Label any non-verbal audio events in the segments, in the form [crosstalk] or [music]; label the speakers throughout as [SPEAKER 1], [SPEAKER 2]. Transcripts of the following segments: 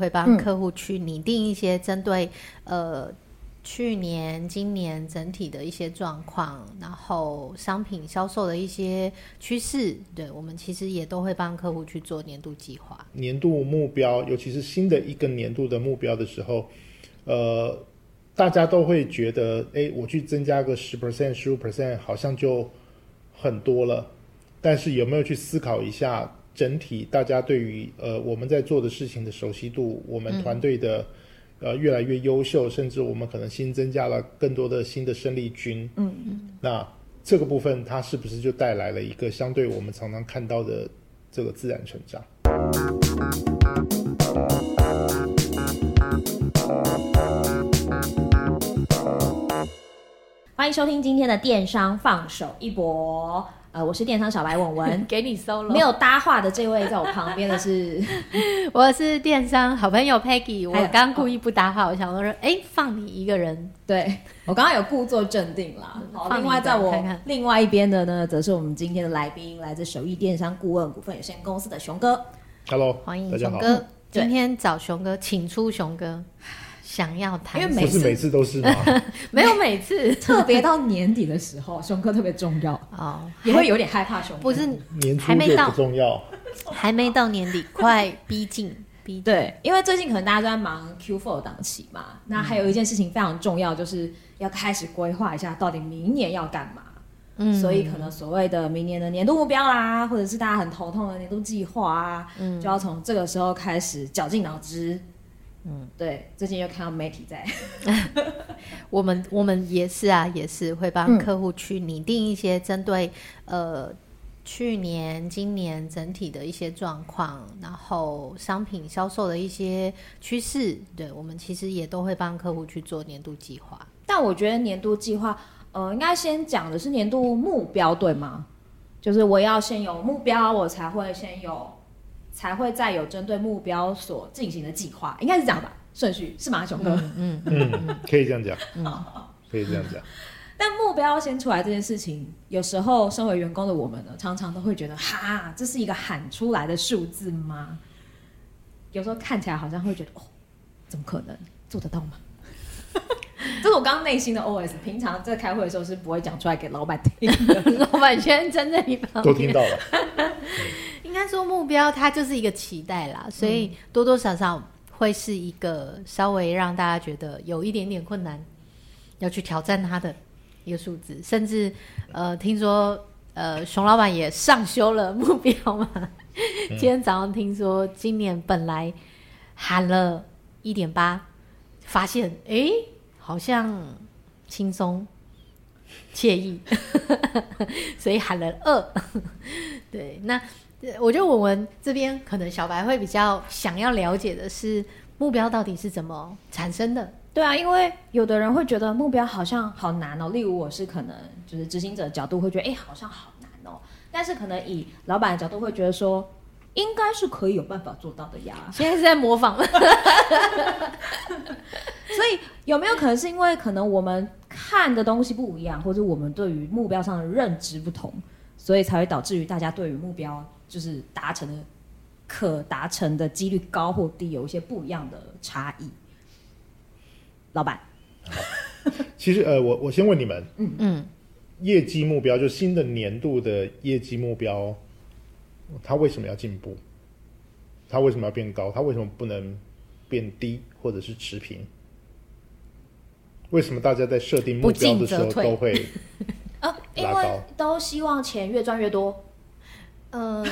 [SPEAKER 1] 会帮
[SPEAKER 2] 嗯
[SPEAKER 1] 客户去拟定一些针对、呃去年、今年整体的一些状况，然后商品销售的一些趋势，对我们其实也都会帮客户去做年度计划。
[SPEAKER 3] 年度目标，尤其是新的一个年度的目标的时候，呃，大家都会觉得，哎，我去增加个十 percent、十五 percent，好像就很多了。但是有没有去思考一下整体大家对于呃我们在做的事情的熟悉度，我们团队的、呃越来越优秀，甚至我们可能新增加了更多的新的生力军。嗯嗯，那这个部分它是不是就带来了一个相对我们常常看到的这个自然成长？
[SPEAKER 2] 欢迎收听今天的电商放手一搏。呃，我是电商小白文文， [laughs]
[SPEAKER 4] 给你 solo，
[SPEAKER 2] 没有搭话的这位在我旁边的 [laughs] 是，
[SPEAKER 1] 我是电商好朋友 Peggy，
[SPEAKER 2] 哎
[SPEAKER 1] 我
[SPEAKER 2] 呀
[SPEAKER 1] 刚故意不搭话，我想说，哎，放你一个人，
[SPEAKER 2] 对我刚刚有故作镇定啦。好，
[SPEAKER 1] 放
[SPEAKER 2] 另外
[SPEAKER 1] 你一个
[SPEAKER 2] 在我
[SPEAKER 1] 看看
[SPEAKER 2] 另外一边的呢，则是我们今天的来宾，来自首义电商顾问股份有限公司的熊哥。
[SPEAKER 3] Hello，
[SPEAKER 1] 欢迎
[SPEAKER 3] 大家
[SPEAKER 1] 熊
[SPEAKER 3] 好。
[SPEAKER 1] 哥。
[SPEAKER 2] 对
[SPEAKER 1] 今天找熊哥，请出熊哥，想要谈
[SPEAKER 2] 因为
[SPEAKER 1] 什么
[SPEAKER 3] 不
[SPEAKER 2] 每
[SPEAKER 3] 是
[SPEAKER 2] 次
[SPEAKER 3] 每次都是吗？
[SPEAKER 1] [laughs] 没有每次
[SPEAKER 2] 特别到年底的时候，熊哥特别重要，
[SPEAKER 1] [laughs] 哦，
[SPEAKER 2] 也会有点害怕熊哥。
[SPEAKER 1] 不是
[SPEAKER 3] 年初
[SPEAKER 1] 还没
[SPEAKER 3] 就
[SPEAKER 1] 到
[SPEAKER 3] 不重要，
[SPEAKER 1] 还没到年底，快逼近逼近。
[SPEAKER 2] 对，因为最近可能大家都在忙 Q4 档期嘛，那还有一件事情非常重要，就是要开始规划一下到底明年要干嘛。
[SPEAKER 1] 嗯
[SPEAKER 2] 所以可能所谓的明年的年度目标啦，或者是大家很头痛的年度计划啊，就要从这个时候开始绞尽脑汁。嗯，对，最近又看到媒体在，
[SPEAKER 1] 我们我们也是啊，也是会帮
[SPEAKER 2] 嗯
[SPEAKER 1] 客户去拟定一些针对、呃去年、今年整体的一些状况，然后商品销售的一些趋势，对我们其实也都会帮客户去做年度计划。
[SPEAKER 2] 但我觉得年度计划，呃，应该先讲的是年度目标，对吗？就是我要先有目标，我才会先有，才会再有针对目标所进行的计划，应该是这样吧？顺序是吗，熊哥？
[SPEAKER 3] 嗯，可以这样讲，可以这样
[SPEAKER 1] [laughs]
[SPEAKER 3] 讲。
[SPEAKER 2] 但目标先出来这件事情，有时候身为员工的我们呢，常常都会觉得，哈，这是一个喊出来的数字吗？有时候看起来好像会觉得，哦，怎么可能做得到吗？ [laughs] 这是我刚刚内心的 OS，平常在开会的时候是不会讲出来给老板听的。
[SPEAKER 1] 嗯老板先站在你旁
[SPEAKER 3] 都听
[SPEAKER 1] 边，
[SPEAKER 3] 到了，
[SPEAKER 1] [laughs] 应该说目标它就是一个期待啦，所以多多少少会是一个稍微让大家觉得有一点点困难，要去挑战它的一个数字，甚至呃，听说呃，熊老板也上修了目标嘛。今天早上听说，今年本来喊了一点八，发现诶好像轻松惬意，所以喊了二。 [laughs] 对，那呃我觉得我们这边可能小白会比较想要了解的是，目标到底是怎么产生的？
[SPEAKER 2] 对啊，因为有的人会觉得目标好像好难哦。例如我是可能就是执行者的角度会觉得，哎、好像好难哦。但是可能以老板的角度会觉得说，应该是可以有办法做到的呀。
[SPEAKER 1] 现在是在模仿吗？
[SPEAKER 2] 所以有没有可能是因为可能我们看的东西不一样，或者我们对于目标上的认知不同，所以才会导致于大家对于目标就是达成的可达成的几率高或低有一些不一样的差异？老板，
[SPEAKER 3] 其实呃，我我先问你们，
[SPEAKER 1] 嗯，
[SPEAKER 3] 业绩目标就新的年度的业绩目标，它为什么要进步？它为什么要变高？它为什么不能变低或者是持平？为什么大家在设定目标的时
[SPEAKER 1] 不
[SPEAKER 3] 候
[SPEAKER 1] 进则退
[SPEAKER 3] 都会
[SPEAKER 2] 呃，因
[SPEAKER 3] 拉高
[SPEAKER 2] 为都希望钱越赚越多，
[SPEAKER 1] 呃，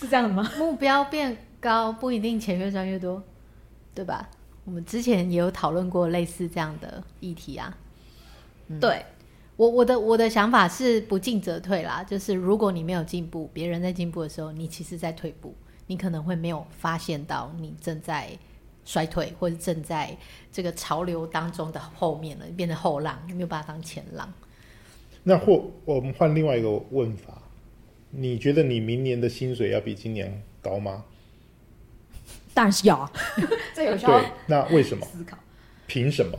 [SPEAKER 2] 是这样的吗？
[SPEAKER 1] [laughs] 目标变高不一定钱越赚越多，对吧？我们之前也有讨论过类似这样的议题啊。嗯
[SPEAKER 2] 对，
[SPEAKER 1] 我我的我的想法是不进则退啦，就是如果你没有进步，别人在进步的时候，你其实在退步，你可能会没有发现到你正在衰退，或者正在这个潮流当中的后面了，你变成后浪，你没有把它当前浪。
[SPEAKER 3] 那或我们换另外一个问法，你觉得你明年的薪水要比今年高吗？
[SPEAKER 2] 当然是要啊， [laughs] 这有需要
[SPEAKER 3] 对，那为什么？
[SPEAKER 2] 思考。
[SPEAKER 3] 凭什么？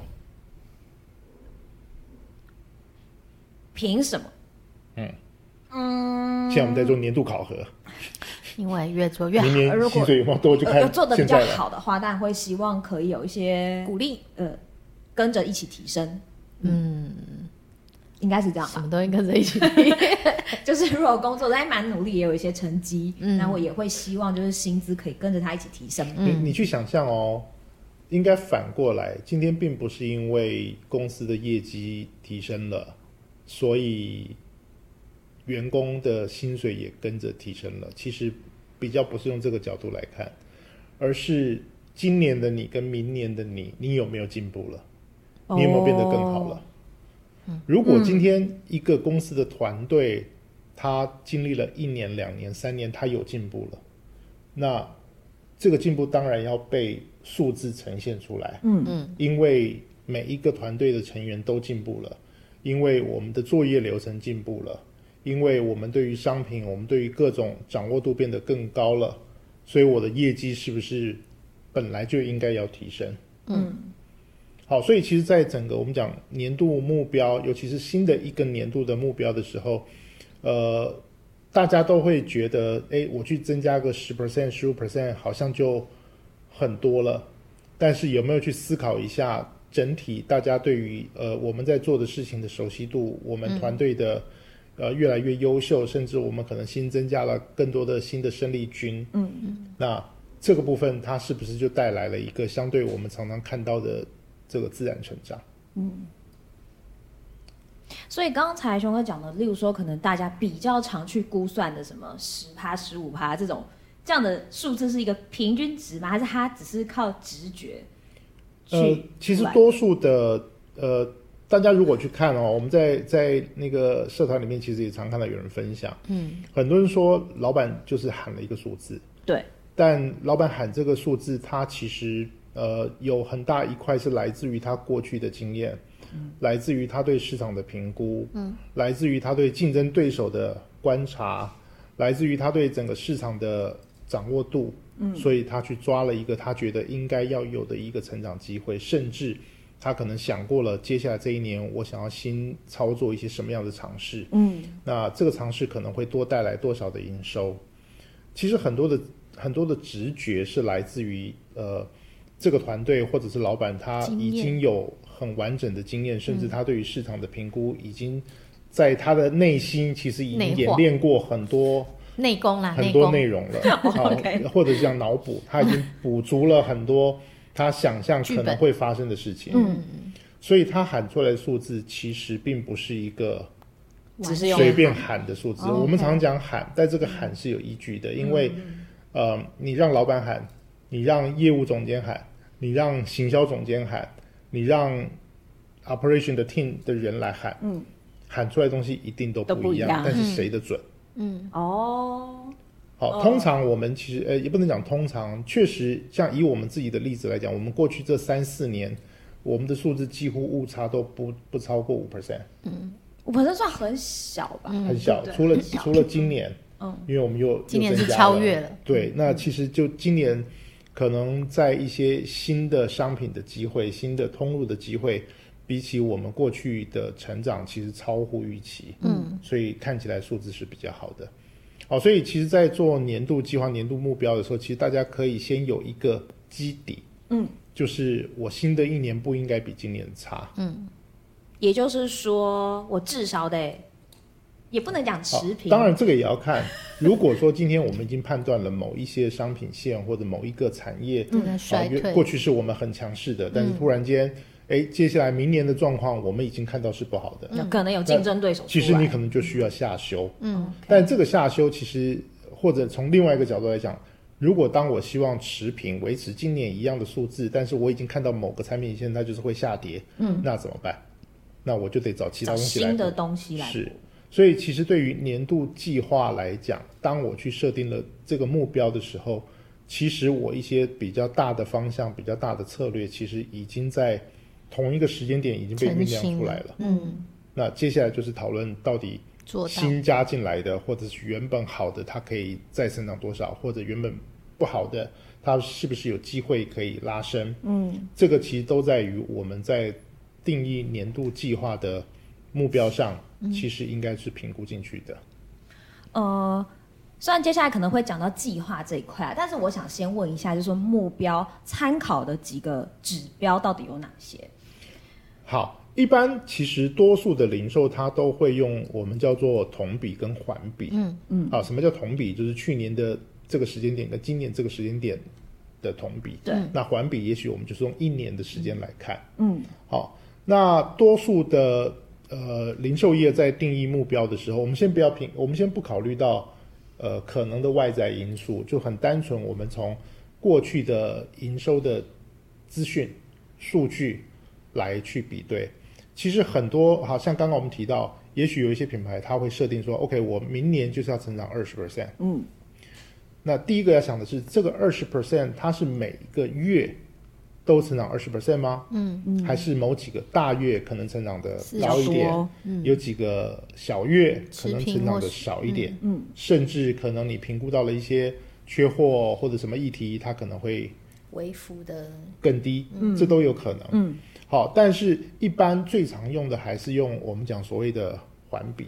[SPEAKER 2] 凭什么？
[SPEAKER 3] 嗯
[SPEAKER 2] 嗯
[SPEAKER 3] 现在我们在做年度考核，
[SPEAKER 1] 因为越做越好
[SPEAKER 3] 明，年
[SPEAKER 2] 嗯如果
[SPEAKER 3] 薪水有没有多就
[SPEAKER 2] 呃，
[SPEAKER 3] 看
[SPEAKER 2] 做的比
[SPEAKER 3] 现
[SPEAKER 2] 较
[SPEAKER 3] 在了。
[SPEAKER 2] 好的话，当然会希望可以有一些
[SPEAKER 1] 鼓励
[SPEAKER 2] 呃跟着一起提升。嗯，应该是这样吧
[SPEAKER 1] 什。么东西跟着一
[SPEAKER 3] [laughs]
[SPEAKER 1] 起提。
[SPEAKER 2] 就是如果工作哎蛮努力，也有一些成绩，
[SPEAKER 1] 嗯
[SPEAKER 2] 那我也会希望就是薪资可以跟着他一起提升。
[SPEAKER 3] 你你去想象哦，应该反过来，今天并不是因为公司的业绩提升了，所以员工的薪水也跟着提升了。其实比较不是用这个角度来看，而是今年的你跟明年的你，你有没有进步了？你有没有变得更好
[SPEAKER 2] 哦
[SPEAKER 3] 了？哦嗯如果今天一个公司的团队，他经历了一年、两年、三年，他有进步了，那这个进步当然要被数字呈现出来。
[SPEAKER 2] 嗯
[SPEAKER 3] 嗯，因为每一个团队的成员都进步了，因为我们的作业流程进步了，因为我们对于商品，我们对于各种掌握度变得更高了，所以我的业绩是不是本来就应该要提升？
[SPEAKER 2] 嗯，
[SPEAKER 3] 好，所以其实，在整个我们讲年度目标，尤其是新的一个年度的目标的时候，呃，大家都会觉得，哎，我去增加个十 percent、十五 percent，好像就很多了。但是有没有去思考一下整体大家对于呃我们在做的事情的熟悉度，我们团队的、呃越来越优秀，甚至我们可能新增加了更多的新的生力军。
[SPEAKER 2] 嗯
[SPEAKER 3] 嗯，那这个部分它是不是就带来了一个相对我们常常看到的这个自然成长？
[SPEAKER 2] 所以刚才熊哥讲的，例如说可能大家比较常去估算的什么十趴、十五趴这种这样的数字，是一个平均值吗？还是他只是靠直觉去出来？
[SPEAKER 3] 呃，其实多数的呃，大家如果去看哦，我们在在那个社团里面，其实也常看到有人分享，嗯，很多人说老板就是喊了一个数字，
[SPEAKER 2] 对，
[SPEAKER 3] 但老板喊这个数字，他其实呃有很大一块是来自于他过去的经验，来自于他对市场的评估，嗯，来自于他对竞争对手的观察，来自于他对整个市场的掌握度，嗯，所以他去抓了一个他觉得应该要有的一个成长机会，甚至他可能想过了接下来这一年我想要新操作一些什么样的尝试，
[SPEAKER 2] 嗯，
[SPEAKER 3] 那这个尝试可能会多带来多少的营收？其实很多的很多的直觉是来自于呃这个团队或者是老板他
[SPEAKER 1] 经验
[SPEAKER 3] 已经有很完整的经验，甚至他对于市场的评估已经在他的内心其实已
[SPEAKER 1] 内
[SPEAKER 3] 经
[SPEAKER 1] 化
[SPEAKER 3] 演练过很多
[SPEAKER 1] 内功啦，
[SPEAKER 3] 很
[SPEAKER 1] 内
[SPEAKER 3] 多
[SPEAKER 1] 功
[SPEAKER 3] 内容
[SPEAKER 2] [laughs]
[SPEAKER 3] 了，好
[SPEAKER 2] OK
[SPEAKER 3] 或者是讲脑补，他已经补足了很多他想象
[SPEAKER 1] 剧
[SPEAKER 3] 可能
[SPEAKER 1] 本
[SPEAKER 3] 会发生的事情，
[SPEAKER 2] 嗯，
[SPEAKER 3] 所以他喊出来的数字其实并不是一个。
[SPEAKER 2] 只是用
[SPEAKER 3] 随便喊的数字。
[SPEAKER 2] 哦，OK 嗯
[SPEAKER 3] 我们常讲喊，但这个喊是有依据的，因为、呃，你让老板喊，你让业务总监喊，你让行销总监喊，你让 operation 的 team 的人来喊，
[SPEAKER 2] 嗯，
[SPEAKER 3] 喊出来的东西一定都
[SPEAKER 2] 都不
[SPEAKER 3] 不
[SPEAKER 2] 一样嗯
[SPEAKER 3] 但是谁的准？呃
[SPEAKER 2] 哦，
[SPEAKER 3] 好，
[SPEAKER 2] 哦
[SPEAKER 3] 通常我们其实呃也不能讲通常，确实像以我们自己的例子来讲，我们过去这三四年，我们的数字几乎误差都不不超过五 percent，
[SPEAKER 2] 我本身算很小吧，
[SPEAKER 3] 很小
[SPEAKER 2] 嗯对，
[SPEAKER 3] 除了
[SPEAKER 2] 很小
[SPEAKER 3] 除了今年，
[SPEAKER 2] 嗯，
[SPEAKER 3] 因为我们又
[SPEAKER 1] 今年
[SPEAKER 3] 又
[SPEAKER 1] 是
[SPEAKER 3] 增加
[SPEAKER 1] 超越了
[SPEAKER 3] 对，那其实就今年可能在一些新的商品的机会、新的通路的机会，比起我们过去的成长，其实超乎预期，嗯，所以看起来数字是比较好的。好，所以其实，在做年度计划、年度目标的时候，其实大家可以先有一个基底，
[SPEAKER 2] 嗯，
[SPEAKER 3] 就是我新的一年不应该比今年差，
[SPEAKER 2] 也就是说我至少得，也不能讲持平，
[SPEAKER 3] 当然，这个也要看。 [laughs] 如果说今天我们已经判断了某一些商品线或者某一个产业，
[SPEAKER 2] 嗯
[SPEAKER 1] 正在
[SPEAKER 3] 啊
[SPEAKER 1] 衰，
[SPEAKER 3] 原
[SPEAKER 1] 退
[SPEAKER 3] 过。去是我们很强势的，但是突然间，哎，接下来明年的状况我们已经看到是不好的，
[SPEAKER 2] 有可能有竞争对手出来，
[SPEAKER 3] 其实你可能就需要下修。
[SPEAKER 1] 嗯，
[SPEAKER 3] 但这个下修其实，或者从另外一个角度来讲，如果当我希望持平，维持今年一样的数字，但是我已经看到某个产品线它就是会下跌，嗯，那怎么办？那我就得找其他
[SPEAKER 2] 找
[SPEAKER 3] 东西来
[SPEAKER 2] 新
[SPEAKER 3] 补
[SPEAKER 2] 的东西来补，
[SPEAKER 3] 是，所以其实对于年度计划来讲，当我去设定了这个目标的时候，其实我一些比较大的方向、比较大的策略，其实已经在同一个时间点已经被
[SPEAKER 1] 成
[SPEAKER 3] 酝酿
[SPEAKER 1] 型
[SPEAKER 3] 出
[SPEAKER 1] 了
[SPEAKER 3] 来了。嗯，那接下来就是讨论到底
[SPEAKER 1] 做到
[SPEAKER 3] 新加进来的，或者是原本好的，它可以再生长多少，或者原本不好的，它是不是有机会可以拉升？嗯，这个其实都在于我们在定义年度计划的嗯目标上，其实应该是评估进去的。
[SPEAKER 2] 呃，虽然接下来可能会讲到计划这一块啊，但是我想先问一下，就是说目标参考的几个指标到底有哪些？
[SPEAKER 3] 好，一般其实多数的零售它都会用我们叫做同比跟环比。嗯嗯。啊，什么叫同比？就是去年的这个时间点跟今年这个时间点的同比。
[SPEAKER 2] 对。
[SPEAKER 3] 那环比也许我们就是用一年的时间来看。
[SPEAKER 2] 嗯，
[SPEAKER 3] 好，那多数的呃零售业在定义目标的时候，我们先不要评，我们先不考虑到呃可能的外在因素，就很单纯，我们从过去的营收的资讯数据来去比对。其实很多，好像刚刚我们提到，也许有一些品牌它会设定说，OK，我明年就是要成长二十 percent。嗯，那第一个要想的是，这个二十 percent 它是每一个月都成长二十 percent 吗？嗯，还是某几个大月可能成长的
[SPEAKER 1] 是
[SPEAKER 3] 高一点
[SPEAKER 2] 说，
[SPEAKER 3] 有几个小月可
[SPEAKER 1] 持
[SPEAKER 3] 能
[SPEAKER 1] 平
[SPEAKER 3] 成
[SPEAKER 1] 或
[SPEAKER 3] 长的
[SPEAKER 1] 是
[SPEAKER 3] 少一点，嗯，甚至可能你评估到了一些缺货或者什么议题，它可能会
[SPEAKER 1] 微幅的
[SPEAKER 3] 更低，这都有可能。嗯，好，但是一般最常用的还是用我们讲所谓的环比，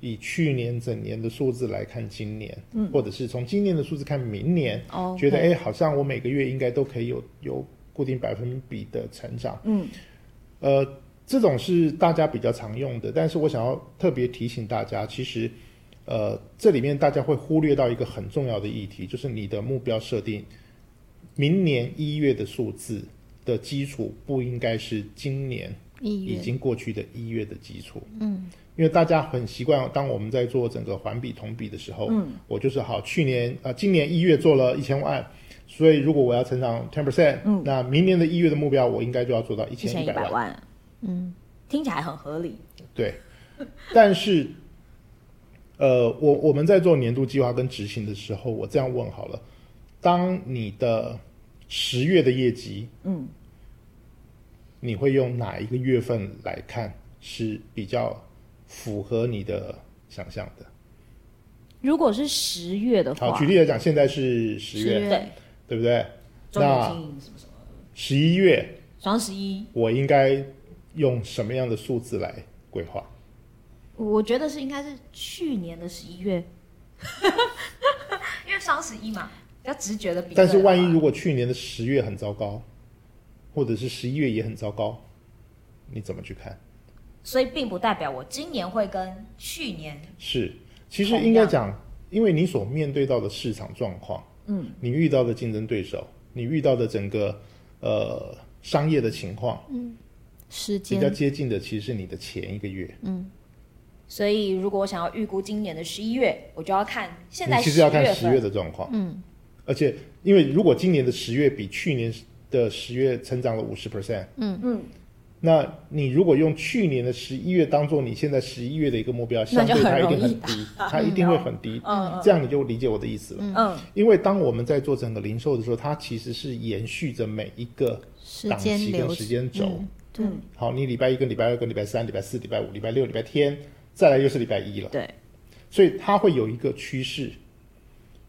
[SPEAKER 3] 以去年整年的数字来看今年，嗯，或者是从今年的数字看明年，
[SPEAKER 2] 哦
[SPEAKER 3] 觉得哎，好像我每个月应该都可以有有固定百分比的成长，
[SPEAKER 2] 嗯，
[SPEAKER 3] 呃，这种是大家比较常用的，但是我想要特别提醒大家，其实。呃，这里面大家会忽略到一个很重要的议题，就是你的目标设定明年一月的数字的基础不应该是今年
[SPEAKER 1] 意
[SPEAKER 3] 已
[SPEAKER 1] 愿，
[SPEAKER 3] 经过去的一月的基础。嗯，因为大家很习惯，当我们在做整个环比同比的时候，嗯，我就是好，去年呃，今年一月做了一千万。所以，如果我要成长 ten percent，嗯，那明年的一月的目标，我应该就要做到一
[SPEAKER 2] 一
[SPEAKER 3] 千
[SPEAKER 2] 千
[SPEAKER 3] 一
[SPEAKER 2] 一
[SPEAKER 3] 百
[SPEAKER 2] 百
[SPEAKER 3] 万。
[SPEAKER 2] 万，嗯，听起来很合理。
[SPEAKER 3] 对，但是，呃，我我们在做年度计划跟执行的时候，我这样问好了：当你的十月的业绩，嗯，你会用哪一个月份来看是比较符合你的想象的？
[SPEAKER 2] 如果是十月的
[SPEAKER 3] 好，
[SPEAKER 2] 话
[SPEAKER 3] 举，例来讲，现在是十
[SPEAKER 1] 10
[SPEAKER 3] 月，
[SPEAKER 1] 月
[SPEAKER 2] 对，
[SPEAKER 3] 对不对？
[SPEAKER 2] 中国
[SPEAKER 3] 那
[SPEAKER 2] 经营什么什么，
[SPEAKER 3] 十一月
[SPEAKER 2] 双十一，
[SPEAKER 3] 我应该用什么样的数字来规划？
[SPEAKER 2] 我觉得是应该是去年的十一月， [laughs] 因为双十一嘛，比较直觉的比对的话。
[SPEAKER 3] 但是万一如果去年的十月很糟糕，或者是十一月也很糟糕，你怎么去看？
[SPEAKER 2] 所以并不代表我今年会跟去年
[SPEAKER 3] 是，其实
[SPEAKER 2] 同
[SPEAKER 3] 应该
[SPEAKER 2] 样
[SPEAKER 3] 讲，因为你所面对到的市场状况，嗯，你遇到的竞争对手，你遇到的整个呃商业的情况，
[SPEAKER 1] 时
[SPEAKER 3] 比较
[SPEAKER 1] 间
[SPEAKER 3] 接近的其实是你的前一个月，
[SPEAKER 2] 所以，如果我想要预估今年的十一月，我就要看现
[SPEAKER 3] 你
[SPEAKER 2] 在
[SPEAKER 3] 其实要看
[SPEAKER 2] 10
[SPEAKER 3] 十
[SPEAKER 2] 份
[SPEAKER 3] 月的状况，嗯，而且因为如果今年的十月比去年的十月成长了五十 percent，
[SPEAKER 2] 嗯，
[SPEAKER 3] 那你如果用去年的十一月当做你现在十一月的一个目标，
[SPEAKER 2] 那
[SPEAKER 3] 相
[SPEAKER 2] 就
[SPEAKER 3] 对它一定
[SPEAKER 2] 很容易
[SPEAKER 3] 很低，它一定会很低。
[SPEAKER 2] 嗯
[SPEAKER 3] 这样你就理解我的意思了。
[SPEAKER 2] 嗯，
[SPEAKER 3] 因为当我们在做整个零售的时候，它其实是延续着每一个
[SPEAKER 1] 时
[SPEAKER 3] 档
[SPEAKER 1] 间
[SPEAKER 3] 期跟
[SPEAKER 1] 流嗯
[SPEAKER 3] 时间轴。
[SPEAKER 2] 嗯
[SPEAKER 1] 对
[SPEAKER 3] 好，你礼拜一跟礼拜二跟礼拜三、礼拜四、礼拜五、礼拜六、礼拜天，再来又是礼拜一了。
[SPEAKER 2] 对，
[SPEAKER 3] 所以它会有一个趋势。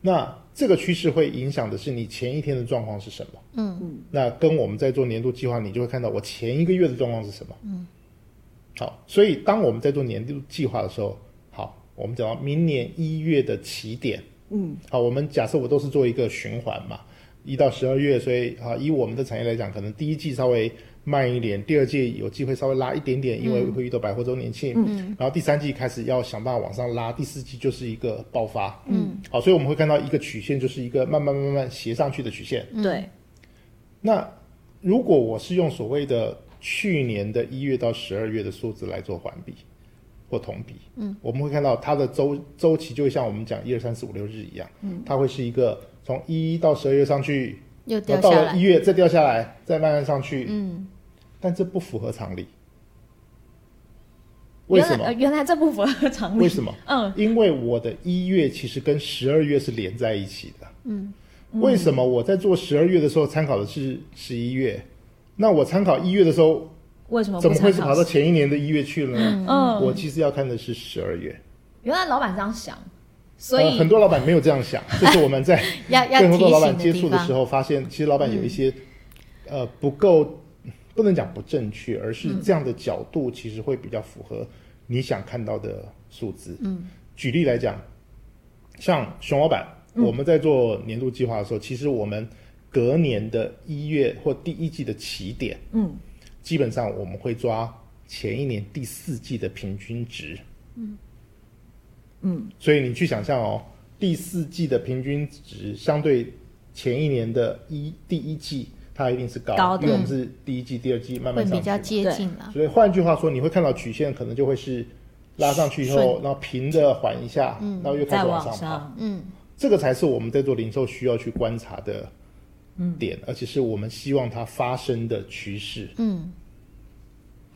[SPEAKER 3] 那这个趋势会影响的是你前一天的状况是什么？嗯，那跟我们在做年度计划，你就会看到我前一个月的状况是什么。嗯，好，所以当我们在做年度计划的时候，好，我们讲到明年一月的起点。嗯，好，我们假设我都是做一个循环嘛，一到十二月，所以啊，以我们的产业来讲，可能第一季稍微慢一点，第二季有机会稍微拉一点点，因为会遇到百货周年庆。嗯，然后第三季开始要想办法往上拉，第四季就是一个爆发。嗯，好，所以我们会看到一个曲线，就是一个慢慢慢慢斜上去的曲线。
[SPEAKER 2] 对，
[SPEAKER 3] 那如果我是用所谓的去年的一月到十二月的数字来做环比或同比，嗯，我们会看到它的周周期就会像我们讲一二三四五六日一样，嗯，它会是一个从一到十二月上去，
[SPEAKER 1] 又
[SPEAKER 3] 然
[SPEAKER 1] 掉
[SPEAKER 3] 后到
[SPEAKER 1] 下
[SPEAKER 3] 了一
[SPEAKER 1] 来，
[SPEAKER 3] 月再掉下来，再慢慢上去，
[SPEAKER 1] 嗯，
[SPEAKER 3] 但这不符合常理。为什
[SPEAKER 2] 原来、呃
[SPEAKER 3] 么？
[SPEAKER 2] 原来这不符合常
[SPEAKER 3] 为
[SPEAKER 2] 理，
[SPEAKER 3] 什么？
[SPEAKER 2] 嗯，
[SPEAKER 3] 因为我的一月其实跟十二月是连在一起的。嗯，为什么我在做十二月的时候参考的是十一月？那我参考一月的时候，
[SPEAKER 2] 为什么不
[SPEAKER 3] 怎么会是
[SPEAKER 2] 参
[SPEAKER 3] 跑
[SPEAKER 2] 考
[SPEAKER 3] 到前一年的一月去了呢？
[SPEAKER 2] 嗯，
[SPEAKER 3] 我其实要看的是十二月，
[SPEAKER 2] 原来老板这样想，所
[SPEAKER 3] 呃
[SPEAKER 2] 以、
[SPEAKER 3] 很多老板没有这样想，这是我们在
[SPEAKER 1] 要要
[SPEAKER 3] 跟很
[SPEAKER 1] 提
[SPEAKER 3] 多老
[SPEAKER 1] 醒
[SPEAKER 3] 板接
[SPEAKER 1] 的地
[SPEAKER 3] 触的时
[SPEAKER 1] 方，嗯
[SPEAKER 3] 候发现，其实老板有一些、呃不够，不能讲不正确，而
[SPEAKER 1] 嗯
[SPEAKER 3] 是这样的角度其实会比较符合你想看到的数字。嗯，举例来讲，像熊老板，我们在做年度计划的时候，其实我们隔年的一月或第一季的起点，
[SPEAKER 2] 嗯，
[SPEAKER 3] 基本上我们会抓前一年第四季的平均值。嗯嗯，所以你去想象哦，第四季的平均值相对前一年的一第一季，它一定是高，
[SPEAKER 2] 高的
[SPEAKER 3] 因为我们是第一季、第二季慢慢
[SPEAKER 1] 会
[SPEAKER 3] 上去
[SPEAKER 1] 比较
[SPEAKER 3] 嘛
[SPEAKER 1] 接近啊。
[SPEAKER 3] 所以换句话说，你会看到曲线可能就会是拉上去以后，然后平着缓一下，然后又开
[SPEAKER 2] 再
[SPEAKER 3] 始往
[SPEAKER 2] 往
[SPEAKER 3] 上跑。
[SPEAKER 2] 上，
[SPEAKER 1] 嗯，
[SPEAKER 3] 这个才是我们在做零售需要去观察的
[SPEAKER 2] 嗯
[SPEAKER 3] 点，而且是我们希望它发生的趋势。
[SPEAKER 1] 嗯，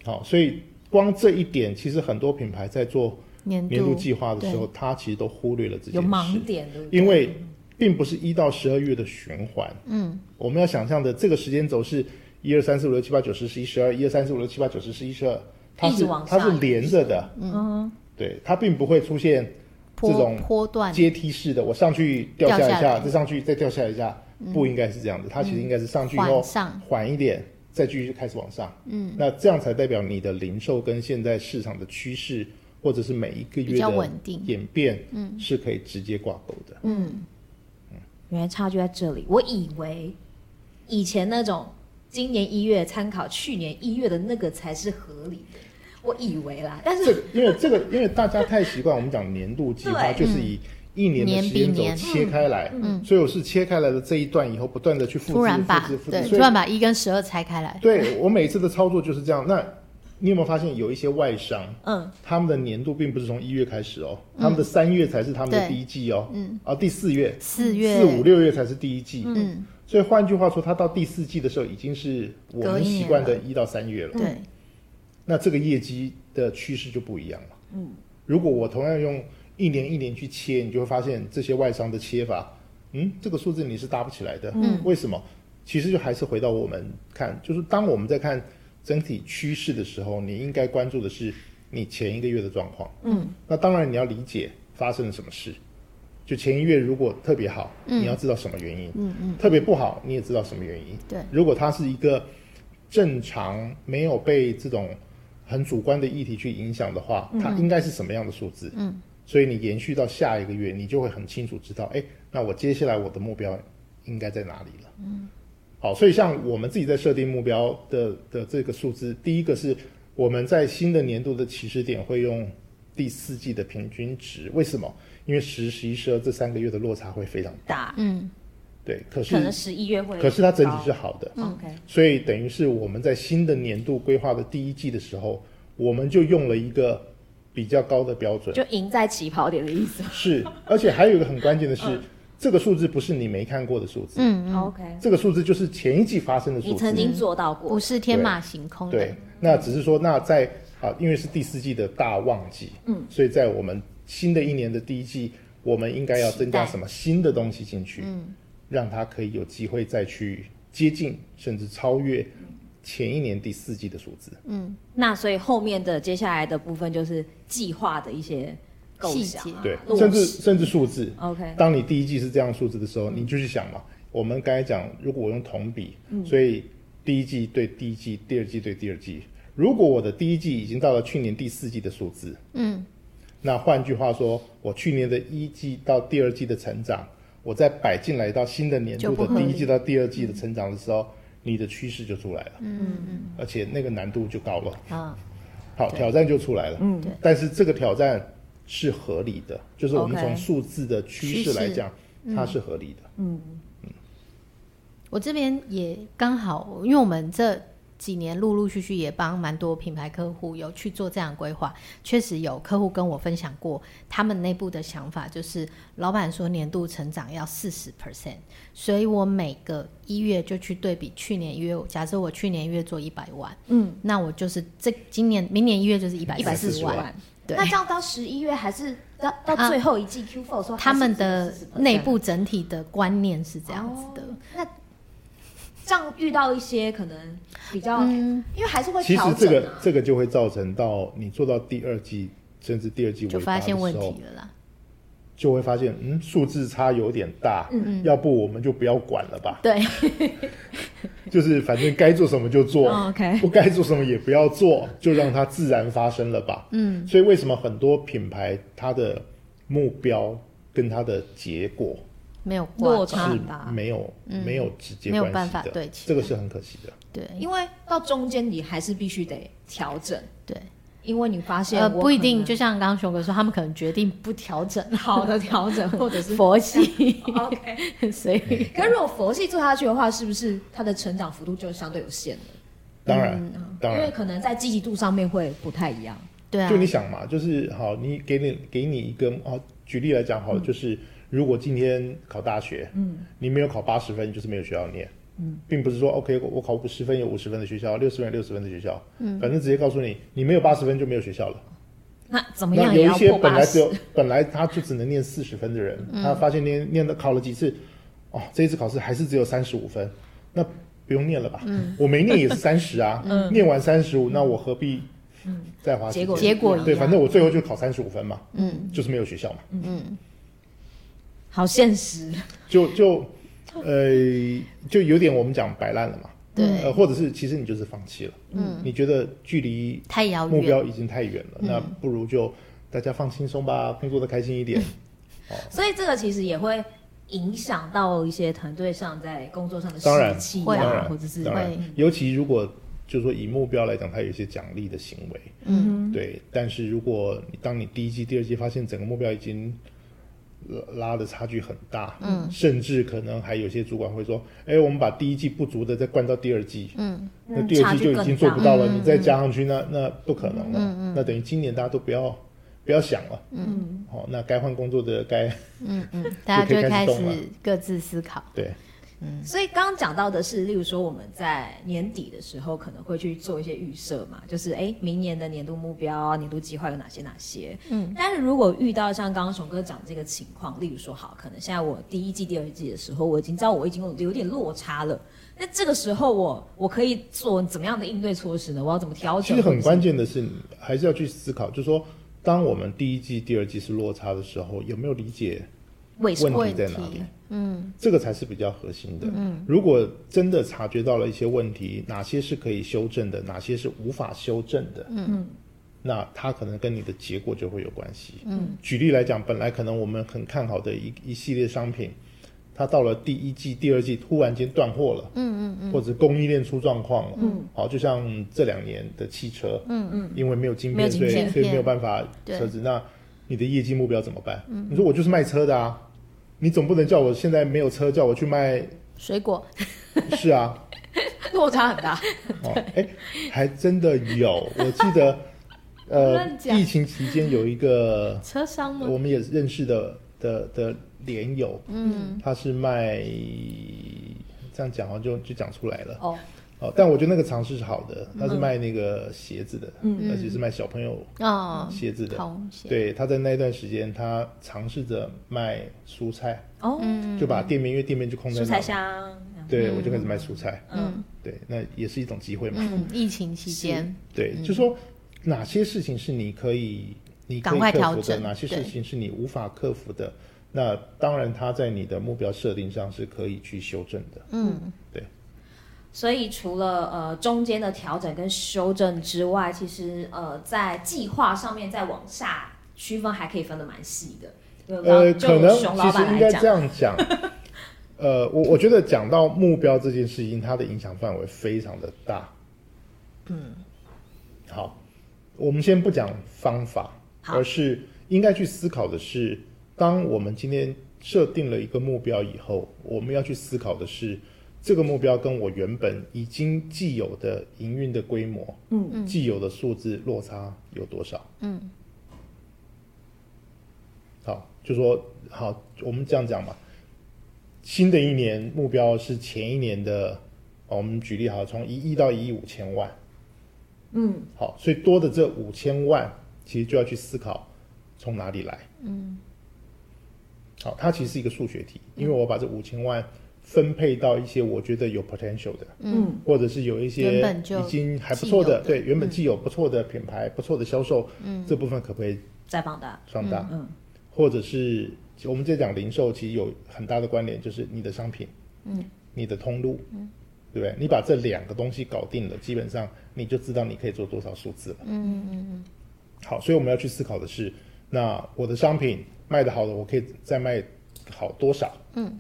[SPEAKER 3] 好，所以光这一点，其实很多品牌在做
[SPEAKER 1] 年
[SPEAKER 3] 年
[SPEAKER 1] 度
[SPEAKER 3] 度计划的时候，它其实都忽略了这
[SPEAKER 2] 有
[SPEAKER 3] 件事
[SPEAKER 2] 盲，点，对不对？
[SPEAKER 3] 因为并不是一到十二月的循环。
[SPEAKER 1] 嗯，
[SPEAKER 3] 我们要想象的这个时间轴是一二三四五六七八九十十一十二，一二三四五六七八九十十一十二，它
[SPEAKER 2] 一直
[SPEAKER 3] 是
[SPEAKER 2] 往
[SPEAKER 3] 它
[SPEAKER 2] 上
[SPEAKER 3] 是连着的，
[SPEAKER 2] 嗯，
[SPEAKER 3] 对，它并不会出现这
[SPEAKER 1] 波
[SPEAKER 3] 种
[SPEAKER 1] 波段，
[SPEAKER 3] 阶梯式的，我上去掉下
[SPEAKER 1] 掉
[SPEAKER 3] 一
[SPEAKER 1] 下
[SPEAKER 3] 下，
[SPEAKER 1] 来嗯
[SPEAKER 3] 再上去再掉下一下，不应该是这样子，它其实应该是上去以后
[SPEAKER 1] 缓上，
[SPEAKER 3] 缓一点，再继续开始往上，嗯，那这样才代表你的零售跟现在市场的趋势，或者是每一个
[SPEAKER 1] 比
[SPEAKER 3] 月
[SPEAKER 1] 较
[SPEAKER 3] 的
[SPEAKER 1] 稳定
[SPEAKER 3] 演变，嗯，是可以直接挂钩的。
[SPEAKER 1] 嗯，
[SPEAKER 2] 原来差距在这里。我以为以前那种今年一月参考去年一月的那个才是合理的，我以为啦，
[SPEAKER 1] 嗯
[SPEAKER 2] 但
[SPEAKER 3] 这
[SPEAKER 2] 是
[SPEAKER 3] 个，因为这个，因为大家太习惯我们讲年度计划，
[SPEAKER 2] 对
[SPEAKER 3] 就是以
[SPEAKER 1] 嗯
[SPEAKER 3] 一年的时间轴切开来，所以我是切开来的这一段以后，不断的去复制、
[SPEAKER 1] 突然把
[SPEAKER 3] 复制、复制，
[SPEAKER 1] 对，突
[SPEAKER 3] 所以
[SPEAKER 1] 然把一跟十二拆开来，
[SPEAKER 3] 对我每次的操作就是这样。那你有没有发现有一些外商，
[SPEAKER 2] 嗯，
[SPEAKER 3] 他们的年度并不是从一月开始哦，他们的三月才是他们的
[SPEAKER 1] 对
[SPEAKER 3] 第一季哦，嗯，啊，第四月、
[SPEAKER 1] 四
[SPEAKER 3] 四
[SPEAKER 1] 月
[SPEAKER 3] 五六月才是第一季，
[SPEAKER 1] 嗯，
[SPEAKER 3] 所以换句话说，它到第四季的时候已经是我
[SPEAKER 1] 隔
[SPEAKER 3] 们
[SPEAKER 1] 一年
[SPEAKER 3] 习惯的
[SPEAKER 1] 了
[SPEAKER 3] 一到三月了。
[SPEAKER 1] 对，
[SPEAKER 3] 那这个业绩的趋势就不一样了。嗯，如果我同样用一年一年去切，你就会发现这些外商的切法，嗯，这个数字你是搭不起来的。嗯，为什么？其实就还是回到我们看，就是当我们在看整体趋势的时候，你应该关注的是你前一个月的状况。嗯，那当然你要理解发生了什么事。就前一月如果特别好，你要知道什么原因。嗯嗯，特别不好，你也知道什么原因。
[SPEAKER 1] 对，
[SPEAKER 3] 如果它是一个正常没有被这种很主观的议题去影响的话，它应该是什么样的数字？嗯，所以你延续到下一个月，你就会很清楚知道，哎，那我接下来我的目标应该在哪里了？嗯，好，所以像我们自己在设定目标的的这个数字，第一个是我们在新的年度的起始点会用第四季的平均值，为什么？因为十、十一、十二这三个月的落差会非常
[SPEAKER 2] 打
[SPEAKER 1] 嗯，
[SPEAKER 3] 对，可是
[SPEAKER 2] 可能十一月会高，
[SPEAKER 3] 可是它整体是好的，
[SPEAKER 1] 嗯
[SPEAKER 2] OK，
[SPEAKER 3] 所以等于是我们在新的年度规划的第一季的时候，我们就用了一个比较高的标准，
[SPEAKER 2] 就赢在起跑点的意思。
[SPEAKER 3] 是，而且还有一个很关键的是，
[SPEAKER 2] 嗯
[SPEAKER 3] 这个数字不是你没看过的数字，
[SPEAKER 1] 嗯，
[SPEAKER 2] OK，
[SPEAKER 3] 这个数字就是前一季发生的数
[SPEAKER 2] 你
[SPEAKER 3] 字，
[SPEAKER 2] 曾经做到过
[SPEAKER 1] 不，是天马行空
[SPEAKER 3] 对
[SPEAKER 1] 的，，
[SPEAKER 3] 那只是说，那在啊，因为是第四季的大旺季，嗯，所以在我们新的一年的第一季，我们应该要增加
[SPEAKER 2] 期待
[SPEAKER 3] 什么新的东西进去，嗯，让它可以有机会再去接近甚至超越前一年第四季的数字。
[SPEAKER 2] 那所以后面的接下来的部分就是计划的一些构想啊、
[SPEAKER 1] 细节
[SPEAKER 3] 对，
[SPEAKER 2] 落
[SPEAKER 3] 甚至
[SPEAKER 2] 实哦
[SPEAKER 3] 甚至数字。
[SPEAKER 2] OK，
[SPEAKER 3] 当你第一季是这样数字的时候，你就去想嘛。我们刚才讲，如果我用同比，所以第一季对第一季，第二季对第二季。如果我的第一季已经到了去年第四季的数字，
[SPEAKER 1] 嗯，
[SPEAKER 3] 那换句话说，我去年的一季到第二季的成长，我再摆进来到新的年度
[SPEAKER 1] 就
[SPEAKER 3] 的
[SPEAKER 1] 不合理
[SPEAKER 3] 第一季到第二季的成长的时候，你的趋势就出来了，嗯嗯，而且那个难度就高了。
[SPEAKER 1] 啊，
[SPEAKER 3] 好，挑战就出来了。嗯，但是这个挑战是合理的，就是我们
[SPEAKER 2] OK
[SPEAKER 3] 从数字的趋势嗯来讲，它是合理的。
[SPEAKER 1] 我这边也刚好，因为我们这几年陆陆续续也帮蛮多品牌客户有去做这样的规划，确实有客户跟我分享过他们内部的想法，就是老板说年度成长要四十 percent，所以我每个一月就去对比去年一月，假设我去年一月做一百万，
[SPEAKER 2] 嗯，
[SPEAKER 1] 那我就是这今年明年一月就是一百
[SPEAKER 3] 140
[SPEAKER 1] 万
[SPEAKER 3] 万，
[SPEAKER 1] 对
[SPEAKER 2] 那这样到十一月还是到
[SPEAKER 1] 啊
[SPEAKER 2] 到最后一季 Q4 的时候，
[SPEAKER 1] 他们的内部整体的观念是这
[SPEAKER 2] 这
[SPEAKER 1] 样子的。
[SPEAKER 2] 哦那这样遇到一些可能比较，
[SPEAKER 1] 嗯
[SPEAKER 2] 因为还是会
[SPEAKER 3] 其实
[SPEAKER 2] 调
[SPEAKER 3] 这
[SPEAKER 2] 整
[SPEAKER 3] 个
[SPEAKER 2] 啊。
[SPEAKER 3] 这个就会造成到你做到第二季甚至第二季
[SPEAKER 1] 就
[SPEAKER 3] 尾巴
[SPEAKER 1] 发
[SPEAKER 3] 的时
[SPEAKER 1] 现问
[SPEAKER 3] 候
[SPEAKER 1] 题，了啦，
[SPEAKER 3] 就会发现嗯数字差有点大，嗯要不我们就不要管了吧，
[SPEAKER 1] 对，
[SPEAKER 3] 就是反正该做什么就做
[SPEAKER 2] 哦，OK
[SPEAKER 3] 不该做什么也不要做，就让它自然发生了吧。嗯，所以为什么很多品牌它的目标跟它的结果
[SPEAKER 1] 没有挂
[SPEAKER 2] 落差
[SPEAKER 1] 钩
[SPEAKER 2] 很
[SPEAKER 3] 是
[SPEAKER 2] 大
[SPEAKER 3] 没有、没有直接
[SPEAKER 1] 没有
[SPEAKER 3] 关
[SPEAKER 1] 办
[SPEAKER 3] 系
[SPEAKER 1] 法
[SPEAKER 3] 的，
[SPEAKER 1] 对齐
[SPEAKER 3] 这个是很可惜的。
[SPEAKER 1] 对
[SPEAKER 2] 因为到中间你还是必须得调整，
[SPEAKER 1] 对，
[SPEAKER 2] 因为你发现
[SPEAKER 1] 呃
[SPEAKER 2] 我
[SPEAKER 1] 不一
[SPEAKER 2] 可
[SPEAKER 1] 定，
[SPEAKER 2] 能
[SPEAKER 1] 就像刚刚熊哥说，他们可能决定不调整，
[SPEAKER 2] 好的调 [laughs] 整， [laughs] 或者是
[SPEAKER 1] 佛系， [laughs]
[SPEAKER 2] OK。
[SPEAKER 1] 所以
[SPEAKER 2] 可是如果佛系做下去的话，是不是它的成长幅度就相对有限了？
[SPEAKER 3] 当然，当
[SPEAKER 2] 因为
[SPEAKER 3] 然，
[SPEAKER 2] 可能在积极度上面会不太一样。
[SPEAKER 1] 对啊
[SPEAKER 3] 就，你想嘛，就是好，你给你给你一个哦，举例来讲好了，就是如果今天考大学，嗯，你没有考八十分，就是没有学校念。嗯，并不是说 OK，我我考五十分有五十分的学校，六十分有六十分的学校，嗯，反正直接告诉你，你没有八十分就没有学校了。
[SPEAKER 2] 那怎么
[SPEAKER 3] 那
[SPEAKER 2] 样
[SPEAKER 3] 有
[SPEAKER 2] 也
[SPEAKER 3] 一
[SPEAKER 2] 要
[SPEAKER 3] 些
[SPEAKER 2] 破
[SPEAKER 3] 本
[SPEAKER 2] 八
[SPEAKER 3] 来只
[SPEAKER 2] 十，
[SPEAKER 3] 有本来他就只能念四十分的人，他发现念念的考了几次，哦，这一次考试还是只有三十五分，那不用念了吧？我没念也是三十啊， [laughs] 念完三十五，那我何必再花时
[SPEAKER 2] 结
[SPEAKER 3] 间？
[SPEAKER 2] 果
[SPEAKER 1] 结果一
[SPEAKER 3] 对，
[SPEAKER 1] 样
[SPEAKER 3] 反正我最后就考三十五分嘛，
[SPEAKER 1] 嗯
[SPEAKER 3] [laughs] 就是没有学校嘛，
[SPEAKER 2] 好现实。
[SPEAKER 3] 就就呃，就有点我们讲摆烂了嘛，
[SPEAKER 1] 对
[SPEAKER 3] 呃，或者是其实你就是放弃了，嗯，你觉得距离
[SPEAKER 1] 太遥
[SPEAKER 3] 目
[SPEAKER 1] 远，
[SPEAKER 3] 标已经太远了，那不如就大家放轻松吧，工作的开心一点。
[SPEAKER 2] 所以这个其实也会影响到一些团队上在工作上的
[SPEAKER 3] 当然
[SPEAKER 2] 士气
[SPEAKER 1] 会
[SPEAKER 3] 当
[SPEAKER 2] 啊，
[SPEAKER 3] 然
[SPEAKER 2] 或者是
[SPEAKER 3] 当然
[SPEAKER 1] 会，
[SPEAKER 3] 尤其如果就是说以目标来讲，它有一些奖励的行为，
[SPEAKER 1] 嗯，
[SPEAKER 3] 对。但是如果你当你第一季、第二季发现整个目标已经拉拉的差距很大，嗯，甚至可能还有些主管会说：“哎，我们把第一季不足的再灌到第二季，
[SPEAKER 1] 嗯，
[SPEAKER 3] 那第二季就已经做不到了，
[SPEAKER 1] 嗯
[SPEAKER 3] 你再加上去，那那不可能了。那等于今年大家都不要不要想了，嗯，哦，那该换工作的该
[SPEAKER 1] 嗯嗯，大家
[SPEAKER 3] 就
[SPEAKER 1] 就
[SPEAKER 3] 可以
[SPEAKER 1] 会
[SPEAKER 3] 开
[SPEAKER 1] 开
[SPEAKER 3] 始动了
[SPEAKER 1] 始各自思考，
[SPEAKER 3] 对
[SPEAKER 2] 所以刚刚讲到的是，例如说我们在年底的时候可能会去做一些预设嘛，就是诶明年的年度目标啊、年度计划有哪些哪些。嗯，但是如果遇到像刚刚熊哥讲这个情况，例如说好，可能现在我第一季、第二季的时候，我已经知道我已经有有点落差了，那这个时候我我可以做怎么样的应对措施呢？我要怎么调
[SPEAKER 3] 其
[SPEAKER 2] 整？
[SPEAKER 3] 实很关
[SPEAKER 2] 键，
[SPEAKER 3] 键的是，你还是要去思考，就是说，当我们第一季、第二季是落差的时候，有没有理解
[SPEAKER 2] 为什么？
[SPEAKER 3] 问
[SPEAKER 1] 问
[SPEAKER 3] 题在哪里
[SPEAKER 1] 题？嗯
[SPEAKER 3] 这个才是比较核心的。嗯，如果真的察觉到了一些问题，哪些是可以修正的，哪些是无法修正的，嗯，那它可能跟你的结果就会有关系。嗯，举例来讲，本来可能我们很看好的一一系列商品，它到了第一季、第二季突然间断货了，嗯嗯嗯，或者供应链出状况了，嗯，好，就像这两年的汽车，嗯嗯，因为没有晶
[SPEAKER 2] 没有
[SPEAKER 3] 片，
[SPEAKER 2] 晶
[SPEAKER 3] 所以
[SPEAKER 1] 片
[SPEAKER 3] 所以没有办法
[SPEAKER 1] 对
[SPEAKER 3] 车子，那你的业绩目标怎么办？你说我就是卖车的啊。你总不能叫我现在没有车，叫我去卖
[SPEAKER 1] 水果，
[SPEAKER 3] 是啊，
[SPEAKER 2] [laughs] 落差很大，
[SPEAKER 3] 哦，哎、还真的有，我记得，呃
[SPEAKER 1] 乱，讲嗯
[SPEAKER 3] 疫情期间有一个
[SPEAKER 1] 车商吗？
[SPEAKER 3] 我们也认识的的的连友，嗯，他是卖，这样讲好像哦就就讲出来了。
[SPEAKER 2] 哦，
[SPEAKER 3] 哦，但我觉得那个尝试是好的，他是卖那个鞋子的，嗯，而且是卖小朋友
[SPEAKER 1] 哦，
[SPEAKER 3] 鞋子的。
[SPEAKER 1] 红鞋，
[SPEAKER 3] 对，他在那段时间，他尝试着卖蔬菜，
[SPEAKER 2] 哦，
[SPEAKER 1] 嗯
[SPEAKER 3] 就把店面，因为店面就空在
[SPEAKER 2] 蔬
[SPEAKER 3] 那
[SPEAKER 2] 菜嗯
[SPEAKER 3] 嘛，
[SPEAKER 2] 箱，
[SPEAKER 3] 对我就开始卖蔬菜。
[SPEAKER 1] 嗯
[SPEAKER 3] 对，那也是一种机会嘛。
[SPEAKER 1] 嗯，疫情期间，
[SPEAKER 3] 对，就说哪些事情是你可以你可
[SPEAKER 1] 赶
[SPEAKER 3] 以
[SPEAKER 1] 快
[SPEAKER 3] 克
[SPEAKER 1] 调
[SPEAKER 3] 服的，
[SPEAKER 1] 整
[SPEAKER 3] 哪些
[SPEAKER 1] 对
[SPEAKER 3] 事情是你无法克服的。那当然，它在你的目标设定上是可以去修正的。
[SPEAKER 1] 嗯，
[SPEAKER 2] 所以除了呃中间的调整跟修正之外，其实呃在计划上面再往下区分，还可以分得蛮细的。对吧
[SPEAKER 3] 呃，
[SPEAKER 2] 就
[SPEAKER 3] 可能
[SPEAKER 2] 熊
[SPEAKER 3] 其
[SPEAKER 2] 老
[SPEAKER 3] 实
[SPEAKER 2] 板
[SPEAKER 3] 应
[SPEAKER 2] 来
[SPEAKER 3] 该这
[SPEAKER 2] 讲，
[SPEAKER 3] 样讲。呃，我我觉得讲到目标这件事情，它的影响范围非常的大。嗯，好，我们先不讲方法，
[SPEAKER 2] 好
[SPEAKER 3] 而是应该去思考的是，当我们今天设定了一个目标以后，我们要去思考的是，这个目标跟我原本已经既有的营运的规模，嗯，既有的数字落差有多少？嗯，好，就说好，我们这样讲吧。新的一年目标是前一年的，哦我们举例好了，从一亿到一亿五千万，
[SPEAKER 2] 嗯，
[SPEAKER 3] 好，所以多的这五千万，其实就要去思考从哪里来。嗯，好，它其实是一个数学题，因为我把这五千万分配到一些我觉得有 potential 的，
[SPEAKER 2] 嗯，
[SPEAKER 3] 或者是有一些
[SPEAKER 1] 原本就
[SPEAKER 3] 已经还不错的，
[SPEAKER 1] 既有的嗯
[SPEAKER 3] 对，原本既有不错的品牌、不错的销售，嗯，这部分可不可以
[SPEAKER 2] 再放大，
[SPEAKER 3] 放大？
[SPEAKER 2] 嗯，
[SPEAKER 3] 或者是我们在讲零售，其实有很大的关联，就是你的商品，嗯，你的通路，嗯，对不对？你把这两个东西搞定了，基本上你就知道你可以做多少数字了。嗯嗯嗯。好，所以我们要去思考的是，那我的商品，卖的好的，我可以再卖好多少？嗯，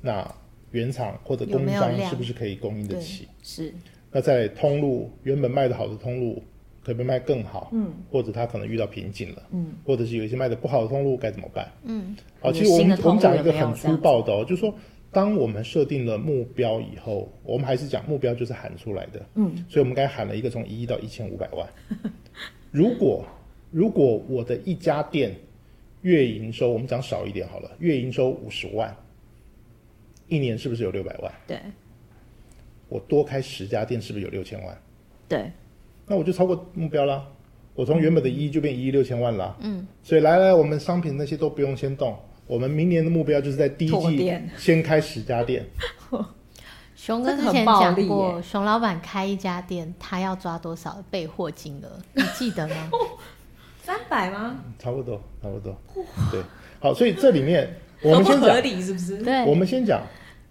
[SPEAKER 3] 那原厂或者
[SPEAKER 1] 有
[SPEAKER 3] 供
[SPEAKER 1] 没
[SPEAKER 3] 应
[SPEAKER 1] 有
[SPEAKER 3] 商
[SPEAKER 1] 量
[SPEAKER 3] 是不是可以供应得
[SPEAKER 1] 对
[SPEAKER 3] 起？
[SPEAKER 1] 是
[SPEAKER 3] 那在通路原本卖的好的通路，可不可以卖更好？嗯，或者他可能遇到瓶颈了，嗯，或者是有一些卖的不好的通路该怎么办？嗯，好，其实我
[SPEAKER 2] 新的
[SPEAKER 3] 们
[SPEAKER 2] 通路
[SPEAKER 3] 我们讲一
[SPEAKER 2] 有
[SPEAKER 3] 个
[SPEAKER 2] 没有
[SPEAKER 3] 很
[SPEAKER 2] 这样
[SPEAKER 3] 粗暴的哦，就是说，当我们设定了目标以后，我们还是讲目标就是喊出来的，嗯，所以我们刚才喊了一个从一亿到一千五百万。 [laughs] 如果如果我的一家店月营收，我们讲少一点好了，月营收五十万，一年是不是有六百万？
[SPEAKER 2] 对
[SPEAKER 3] 我多开十家店，是不是有六千万？
[SPEAKER 2] 对，
[SPEAKER 3] 那我就超过目标啦。我从原本的一亿就变一亿六千万啦。嗯，所以来来，我们商品那些都不用先动，我们明年的目标就是在第一
[SPEAKER 2] 拓
[SPEAKER 3] 季
[SPEAKER 2] 店
[SPEAKER 3] 先开十家店。
[SPEAKER 1] 熊哥
[SPEAKER 2] 这个
[SPEAKER 1] 之
[SPEAKER 2] 很
[SPEAKER 1] 前
[SPEAKER 2] 暴
[SPEAKER 1] 讲
[SPEAKER 2] 力
[SPEAKER 1] 过，熊老板开一家店，他要抓多少备货金额？你记得
[SPEAKER 2] [laughs]
[SPEAKER 1] 吗？
[SPEAKER 2] 三百吗？
[SPEAKER 3] 嗯差不多，差不多。对，好，所以这里面我
[SPEAKER 2] 合
[SPEAKER 3] 们
[SPEAKER 2] 不
[SPEAKER 3] 先
[SPEAKER 2] 合
[SPEAKER 3] 讲，
[SPEAKER 2] 理是不是？
[SPEAKER 1] 对，
[SPEAKER 3] 我们先讲，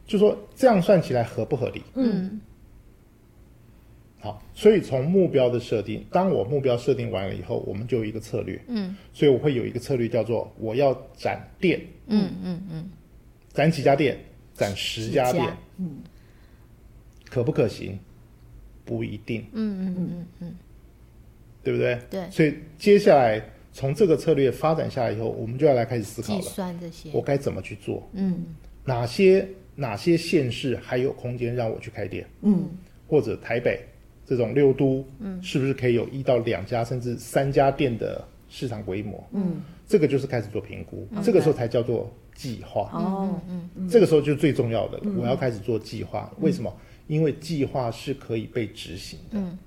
[SPEAKER 3] 就说这样算起来合不合理？
[SPEAKER 1] 嗯，
[SPEAKER 3] 好，所以从目标的设定，当我目标设定完了以后，我们就有一个策略。
[SPEAKER 1] 嗯，
[SPEAKER 3] 所以我会有一个策略叫做我要展店，
[SPEAKER 1] 嗯嗯嗯，
[SPEAKER 3] 展几家店，展十家
[SPEAKER 1] 十
[SPEAKER 3] 店
[SPEAKER 1] 家，
[SPEAKER 3] 嗯，可不可行？不一定，
[SPEAKER 1] 嗯嗯嗯嗯
[SPEAKER 3] 对不对？
[SPEAKER 1] 对
[SPEAKER 3] 所以接下来从这个策略发展下来以后，我们就要来开始思
[SPEAKER 1] 嗯，
[SPEAKER 3] 考
[SPEAKER 1] 计
[SPEAKER 3] 了，
[SPEAKER 1] 算这些
[SPEAKER 3] 我，该怎么去做？
[SPEAKER 1] 嗯
[SPEAKER 3] 哪些哪些县市还有空间让我去开店？
[SPEAKER 2] 嗯，
[SPEAKER 3] 或者台北这种六都，嗯，是不是可以有一到两家甚至三家店的市场规模？嗯，这个就是开始做评估，这个时候才叫做计划。
[SPEAKER 1] 嗯
[SPEAKER 2] 哦，
[SPEAKER 3] 这个时候就是最重要的了，我要开始做计划。为什么？因为计划是可以被执行的。
[SPEAKER 1] 嗯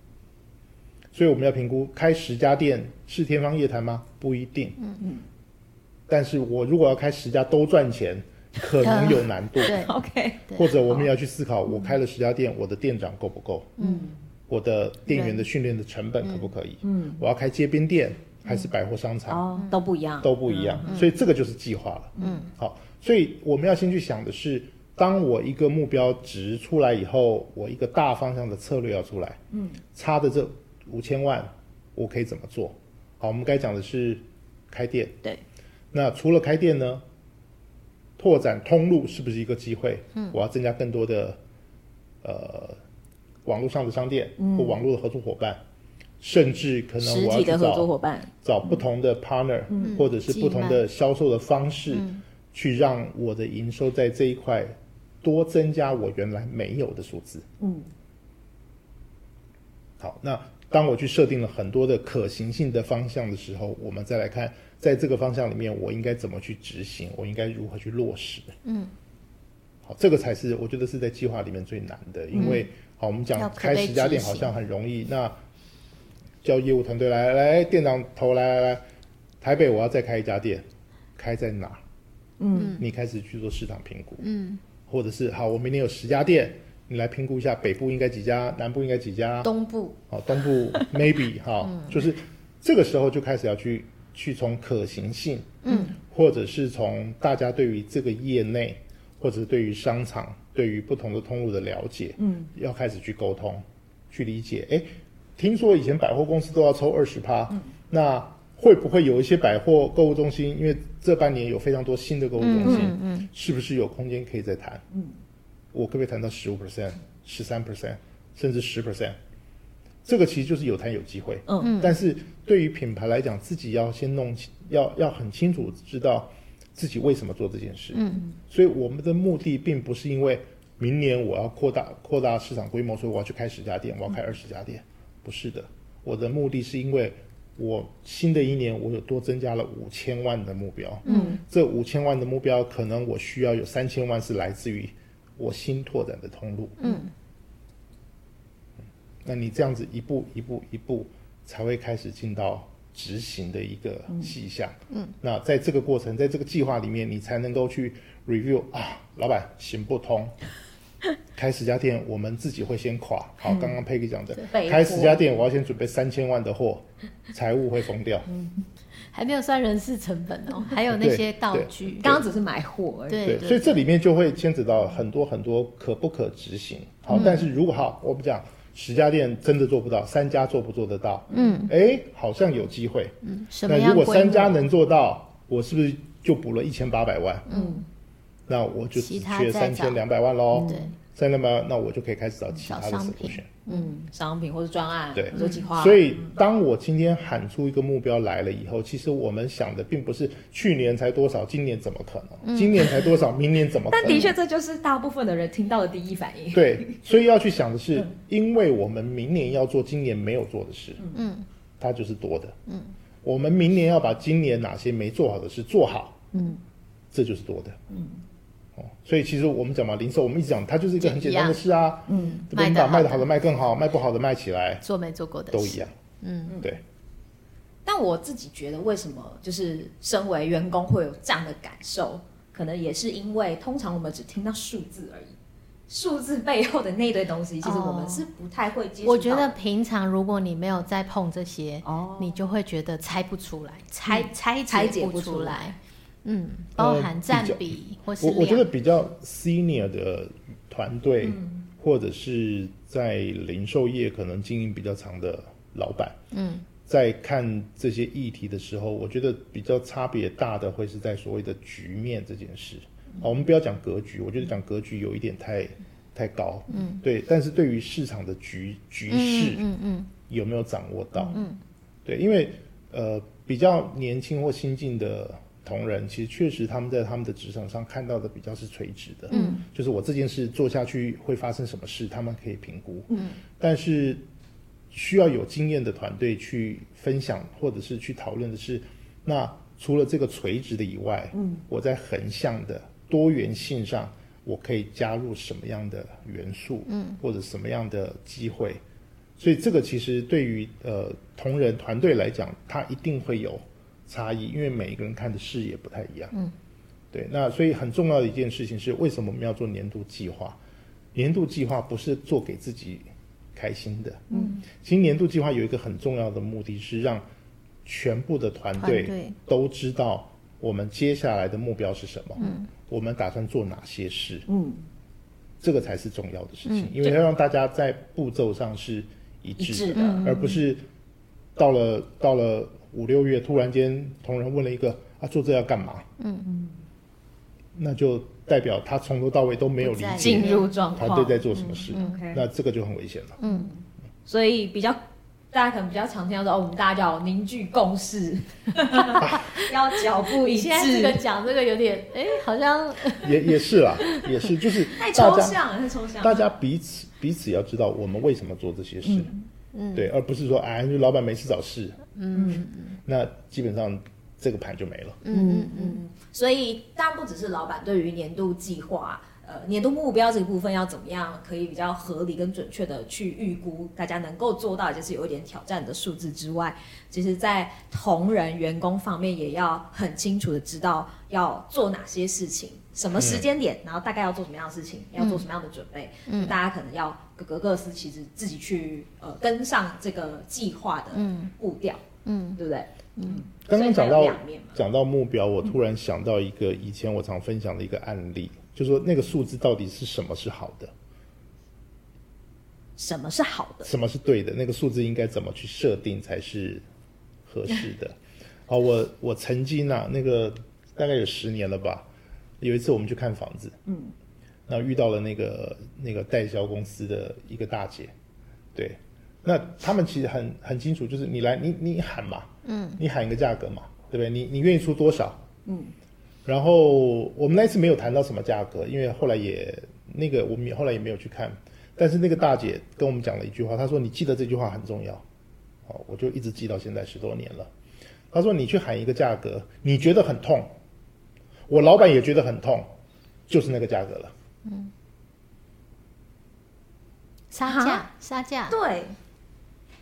[SPEAKER 3] 所以我们要评估开十家店是天方夜谭吗？不一定。嗯嗯。但是我如果要开十家都赚钱，可能有难 [laughs] 度。
[SPEAKER 1] 对
[SPEAKER 2] OK，
[SPEAKER 1] 对
[SPEAKER 3] 或者我们也要去思考，我开了十家店，我的店长够不够？嗯。我的店员的训练的成本可不可以？嗯。我要开街边店还是百货商场？
[SPEAKER 2] 哦，都不一样，嗯
[SPEAKER 3] 都不一样，所以这个就是计划了。嗯，好，所以我们要先去想的是，当我一个目标值出来以后，我一个大方向的策略要出来。嗯，差的这五千万，我可以怎么做？好，我们该讲的是开店。
[SPEAKER 2] 对，
[SPEAKER 3] 那除了开店呢，拓展通路是不是一个机会？嗯，我要增加更多的呃网络上的商店、或网络的合作伙伴，甚至可能
[SPEAKER 2] 嗯实
[SPEAKER 3] 我要
[SPEAKER 2] 体
[SPEAKER 3] 去
[SPEAKER 2] 的合
[SPEAKER 3] 找
[SPEAKER 2] 作伙伴，
[SPEAKER 3] 找不同的 partner，、
[SPEAKER 1] 嗯
[SPEAKER 3] 或者是不同的销售的方式，
[SPEAKER 1] 嗯
[SPEAKER 3] 去让我的营收在这一块多增加我原来没有的数字。
[SPEAKER 2] 嗯，
[SPEAKER 3] 好，那当我去设定了很多的可行性的方向的时候，我们再来看，在这个方向里面，我应该怎么去执行，我应该如何去落实。
[SPEAKER 1] 嗯，
[SPEAKER 3] 好，这个才是我觉得是在计划里面最难的，因为、好，我们
[SPEAKER 1] 要
[SPEAKER 3] 讲
[SPEAKER 1] 可
[SPEAKER 3] 开
[SPEAKER 1] 被
[SPEAKER 3] 十家店
[SPEAKER 1] 执行
[SPEAKER 3] 好像很容易，那叫业务团队来来，店长头来来来，台北我要再开一家店，开在哪？嗯，你开始去做市场评估，
[SPEAKER 1] 嗯，
[SPEAKER 3] 或者是好，我明年有十家店，你来评估一下北部应该几家，南部应该几家，
[SPEAKER 1] 东部
[SPEAKER 3] 好，东部哦 maybe 哈，就是这个时候就开始要去去从可行性，嗯，或者是从大家对于这个业内，或者是对于商场、对于不同的通路的了解，嗯，要开始去沟通，去理解。哎，听说以前百货公司都要抽二十趴，那会不会有一些百货购物中心，因为这半年有非常多新的购物中心，嗯嗯是不是有空间可以再谈？嗯，我可不可以谈到十五 percent、十三 percent，甚至十 percent？这个其实就是有谈有机会，嗯，但是对于品牌来讲，自己要先弄清，要要很清楚知道自己为什么做这件事，嗯，所以我们的目的并不是因为明年我要扩大扩大市场规模，所以我要去开十家店，我要开二十家店，不是的，我的目的是因为我新的一年我有多增加了五千万的目标，嗯，这五千万的目标可能我需要有三千万是来自于我新拓展的通路，那你这样子一步一步一步才会开始进到执行的一个细项。嗯，那在这个过程，在这个计划里面，你才能够去 review 啊，老板行不通。 [laughs] 开十家店，我们自己会先垮。好，刚刚佩 e 讲的，
[SPEAKER 2] 备
[SPEAKER 3] 开
[SPEAKER 2] 货
[SPEAKER 3] 十家店，我要先准备三千万的货，财务会疯掉。
[SPEAKER 1] 还没有算人事成本 [laughs] 哦，还有那
[SPEAKER 3] 对
[SPEAKER 1] 些道
[SPEAKER 3] 对
[SPEAKER 1] 具，
[SPEAKER 2] 刚刚只是买货而已，
[SPEAKER 1] 对
[SPEAKER 3] 所以这里面就会牵扯到很多很多可不可执行。好，
[SPEAKER 1] 嗯
[SPEAKER 3] 但是如果好，我们讲十家店真的做不到，三家做不做得到？嗯，哎，好像有机会。
[SPEAKER 1] 嗯，什么
[SPEAKER 3] 那如
[SPEAKER 1] 样
[SPEAKER 3] 果
[SPEAKER 1] 规
[SPEAKER 3] 三家
[SPEAKER 1] 模？
[SPEAKER 3] 能做到，我是不是就补了一千八百万，
[SPEAKER 1] 嗯，
[SPEAKER 3] 那我就只
[SPEAKER 1] 其他
[SPEAKER 3] 缺
[SPEAKER 1] 再
[SPEAKER 3] 三
[SPEAKER 1] 找
[SPEAKER 3] 千两百万喽。
[SPEAKER 1] 对，
[SPEAKER 3] 三千两百万，那我就可以开始找其他的
[SPEAKER 1] 找商
[SPEAKER 3] solution
[SPEAKER 1] 品。
[SPEAKER 2] 嗯，商品或者专案，
[SPEAKER 3] 对
[SPEAKER 2] 或者计划，
[SPEAKER 3] 所以，当我今天喊出一个目标来了以后，其实我们想的并不是去年才多少，今年怎么可
[SPEAKER 1] 嗯
[SPEAKER 3] 能？今年才多少，明年怎么可能？
[SPEAKER 2] 但的确这就是大部分的人听到的第一反
[SPEAKER 3] [laughs]
[SPEAKER 2] 应。
[SPEAKER 3] 对，所以要去想的是，因为我们明年要做今年没有做的事，
[SPEAKER 1] 嗯，
[SPEAKER 3] 它就是多的，嗯，我们明年要把今年哪些没做好的事做好，
[SPEAKER 1] 嗯，
[SPEAKER 3] 这就是多的，嗯，哦，所以其实我们讲嘛，零售我们一直讲，它就是一个很简单的事啊，嗯，对不对？
[SPEAKER 1] 卖
[SPEAKER 3] 你
[SPEAKER 1] 得
[SPEAKER 3] 把
[SPEAKER 1] 好
[SPEAKER 3] 卖的
[SPEAKER 1] 的
[SPEAKER 3] 好的卖更好，卖不好的卖起来
[SPEAKER 1] 做没做过的
[SPEAKER 3] 都一
[SPEAKER 1] 事，
[SPEAKER 3] 样，
[SPEAKER 1] 嗯，
[SPEAKER 3] 对。
[SPEAKER 2] 但我自己觉得，为什么就是身为员工会有这样的感受，可能也是因为通常我们只听到数字而已，数字背后的那一堆东西，其实我们是不太会接触到的。
[SPEAKER 1] 我觉得平常如果你没有再碰这些，
[SPEAKER 2] 哦
[SPEAKER 1] 你就会觉得猜不出来，拆嗯拆
[SPEAKER 2] 拆
[SPEAKER 1] 解
[SPEAKER 2] 解
[SPEAKER 1] 不
[SPEAKER 2] 不
[SPEAKER 1] 出
[SPEAKER 2] 出
[SPEAKER 1] 来，嗯，包含占比或是
[SPEAKER 3] 我我觉得
[SPEAKER 1] 量，
[SPEAKER 3] 呃比较 senior 的团队，
[SPEAKER 1] 嗯
[SPEAKER 3] 或者是在零售业可能经营比较长的老板，
[SPEAKER 1] 嗯，
[SPEAKER 3] 在看这些议题的时候，我觉得比较差别大的会是在所谓的局面这件事。
[SPEAKER 1] 嗯
[SPEAKER 3] 啊，我们不要讲格局，我觉得讲格局有一点太太高，嗯，对。但是对于市场的局局势，
[SPEAKER 1] 嗯嗯
[SPEAKER 3] 有没有掌握到？嗯，对，因为呃比较年轻或新进的同仁，其实确实他们在他们的职场上看到的比较是垂直的，嗯，就是我这件事做下去会发生什么事，他们可以评估，嗯，但是需要有经验的团队去分享或者是去讨论的是，那除了这个垂直的以外，嗯，我在横向的多元性上。我可以加入什么样的元素，嗯，或者什么样的机会，所以这个其实对于呃同仁团队来讲，它一定会有差异，因为每一个人看的视野不太一样。嗯，对。那所以很重要的一件事情是，为什么我们要做年度计划？年度计划不是做给自己开心的。嗯，其实年度计划有一个很重要的目的是让全部的团
[SPEAKER 1] 团队
[SPEAKER 3] 队都知道我们接下来的目标是什么，嗯，我们打算做哪些事，
[SPEAKER 2] 嗯，
[SPEAKER 3] 这个才是重要的事情，
[SPEAKER 1] 嗯
[SPEAKER 3] 因为要让大家在步骤上是一
[SPEAKER 2] 一
[SPEAKER 3] 致
[SPEAKER 2] 致
[SPEAKER 3] 的，
[SPEAKER 2] 的，
[SPEAKER 3] 而不是到了到了五六月，突然间同仁问了一个啊，做这要干嘛？嗯嗯，那就代表他从头到尾都没有理
[SPEAKER 1] 不在
[SPEAKER 3] 解
[SPEAKER 1] 意
[SPEAKER 2] 进入状
[SPEAKER 3] 团队
[SPEAKER 2] 况。
[SPEAKER 3] 在做什么事，
[SPEAKER 2] OK，
[SPEAKER 3] 那这个就很危险了。 [laughs]
[SPEAKER 2] 所以比较大家可能比较常听到说，哦，我们大家要凝聚共识， [laughs] 要脚步
[SPEAKER 1] 你
[SPEAKER 2] 一
[SPEAKER 1] 现在这个
[SPEAKER 2] 致。
[SPEAKER 1] 讲这个有点，哎，好 [laughs] 像
[SPEAKER 3] 也也是啦，也是就是
[SPEAKER 2] [laughs] 太
[SPEAKER 3] 大
[SPEAKER 2] 抽
[SPEAKER 3] 家
[SPEAKER 2] 象了，太抽象了。
[SPEAKER 3] 大家彼此彼此要知道我们为什么做这些事，嗯，对，而不是说哎，就老板没事找事，嗯，那基本上这个盘就没了。
[SPEAKER 1] 嗯嗯
[SPEAKER 2] 所以，当然不只是老板对于年度计划、呃年度目标这个部分要怎么样，可以比较合理跟准确的去预估，大家能够做到，就是有一点挑战的数字之外，其实，在同仁员工方面也要很清楚的知道要做哪些事情，什么时间点，然后大概要做什么样的事情，要做什么样的准备，嗯、大家可能要各各各司其职，自己去呃跟上这个计划的步调，
[SPEAKER 1] 嗯，
[SPEAKER 2] 对不对？
[SPEAKER 3] 刚
[SPEAKER 2] 所
[SPEAKER 3] 刚讲
[SPEAKER 2] 以它有
[SPEAKER 3] 到
[SPEAKER 2] 两面嘛，
[SPEAKER 3] 讲到目标，我突然想到一个以前我常分享的一个案例，就说那个数字到底是什么是好的，
[SPEAKER 2] 什么是好的。
[SPEAKER 3] 什么是对的，那个数字应该怎么去设定才是合适的。 [laughs] 好，我我曾经啊，那个大概有十年了吧，有一次我们去看房子，嗯，那遇到了那个那个代销公司的一个大姐，对，那他们其实很很清楚，就是你来你你喊嘛，嗯，你喊一个价格嘛，对不对？你你愿意出多少？然后我们那次没有谈到什么价格，因为后来也那个我们也后来也没有去看，但是那个大姐跟我们讲了一句话，她说你记得这句话很重要，哦，我就一直记到现在十多年了。她说你去喊一个价格，你觉得很痛，我老板也觉得很痛，就是那个价格了。
[SPEAKER 1] 杀价杀价，
[SPEAKER 2] 对，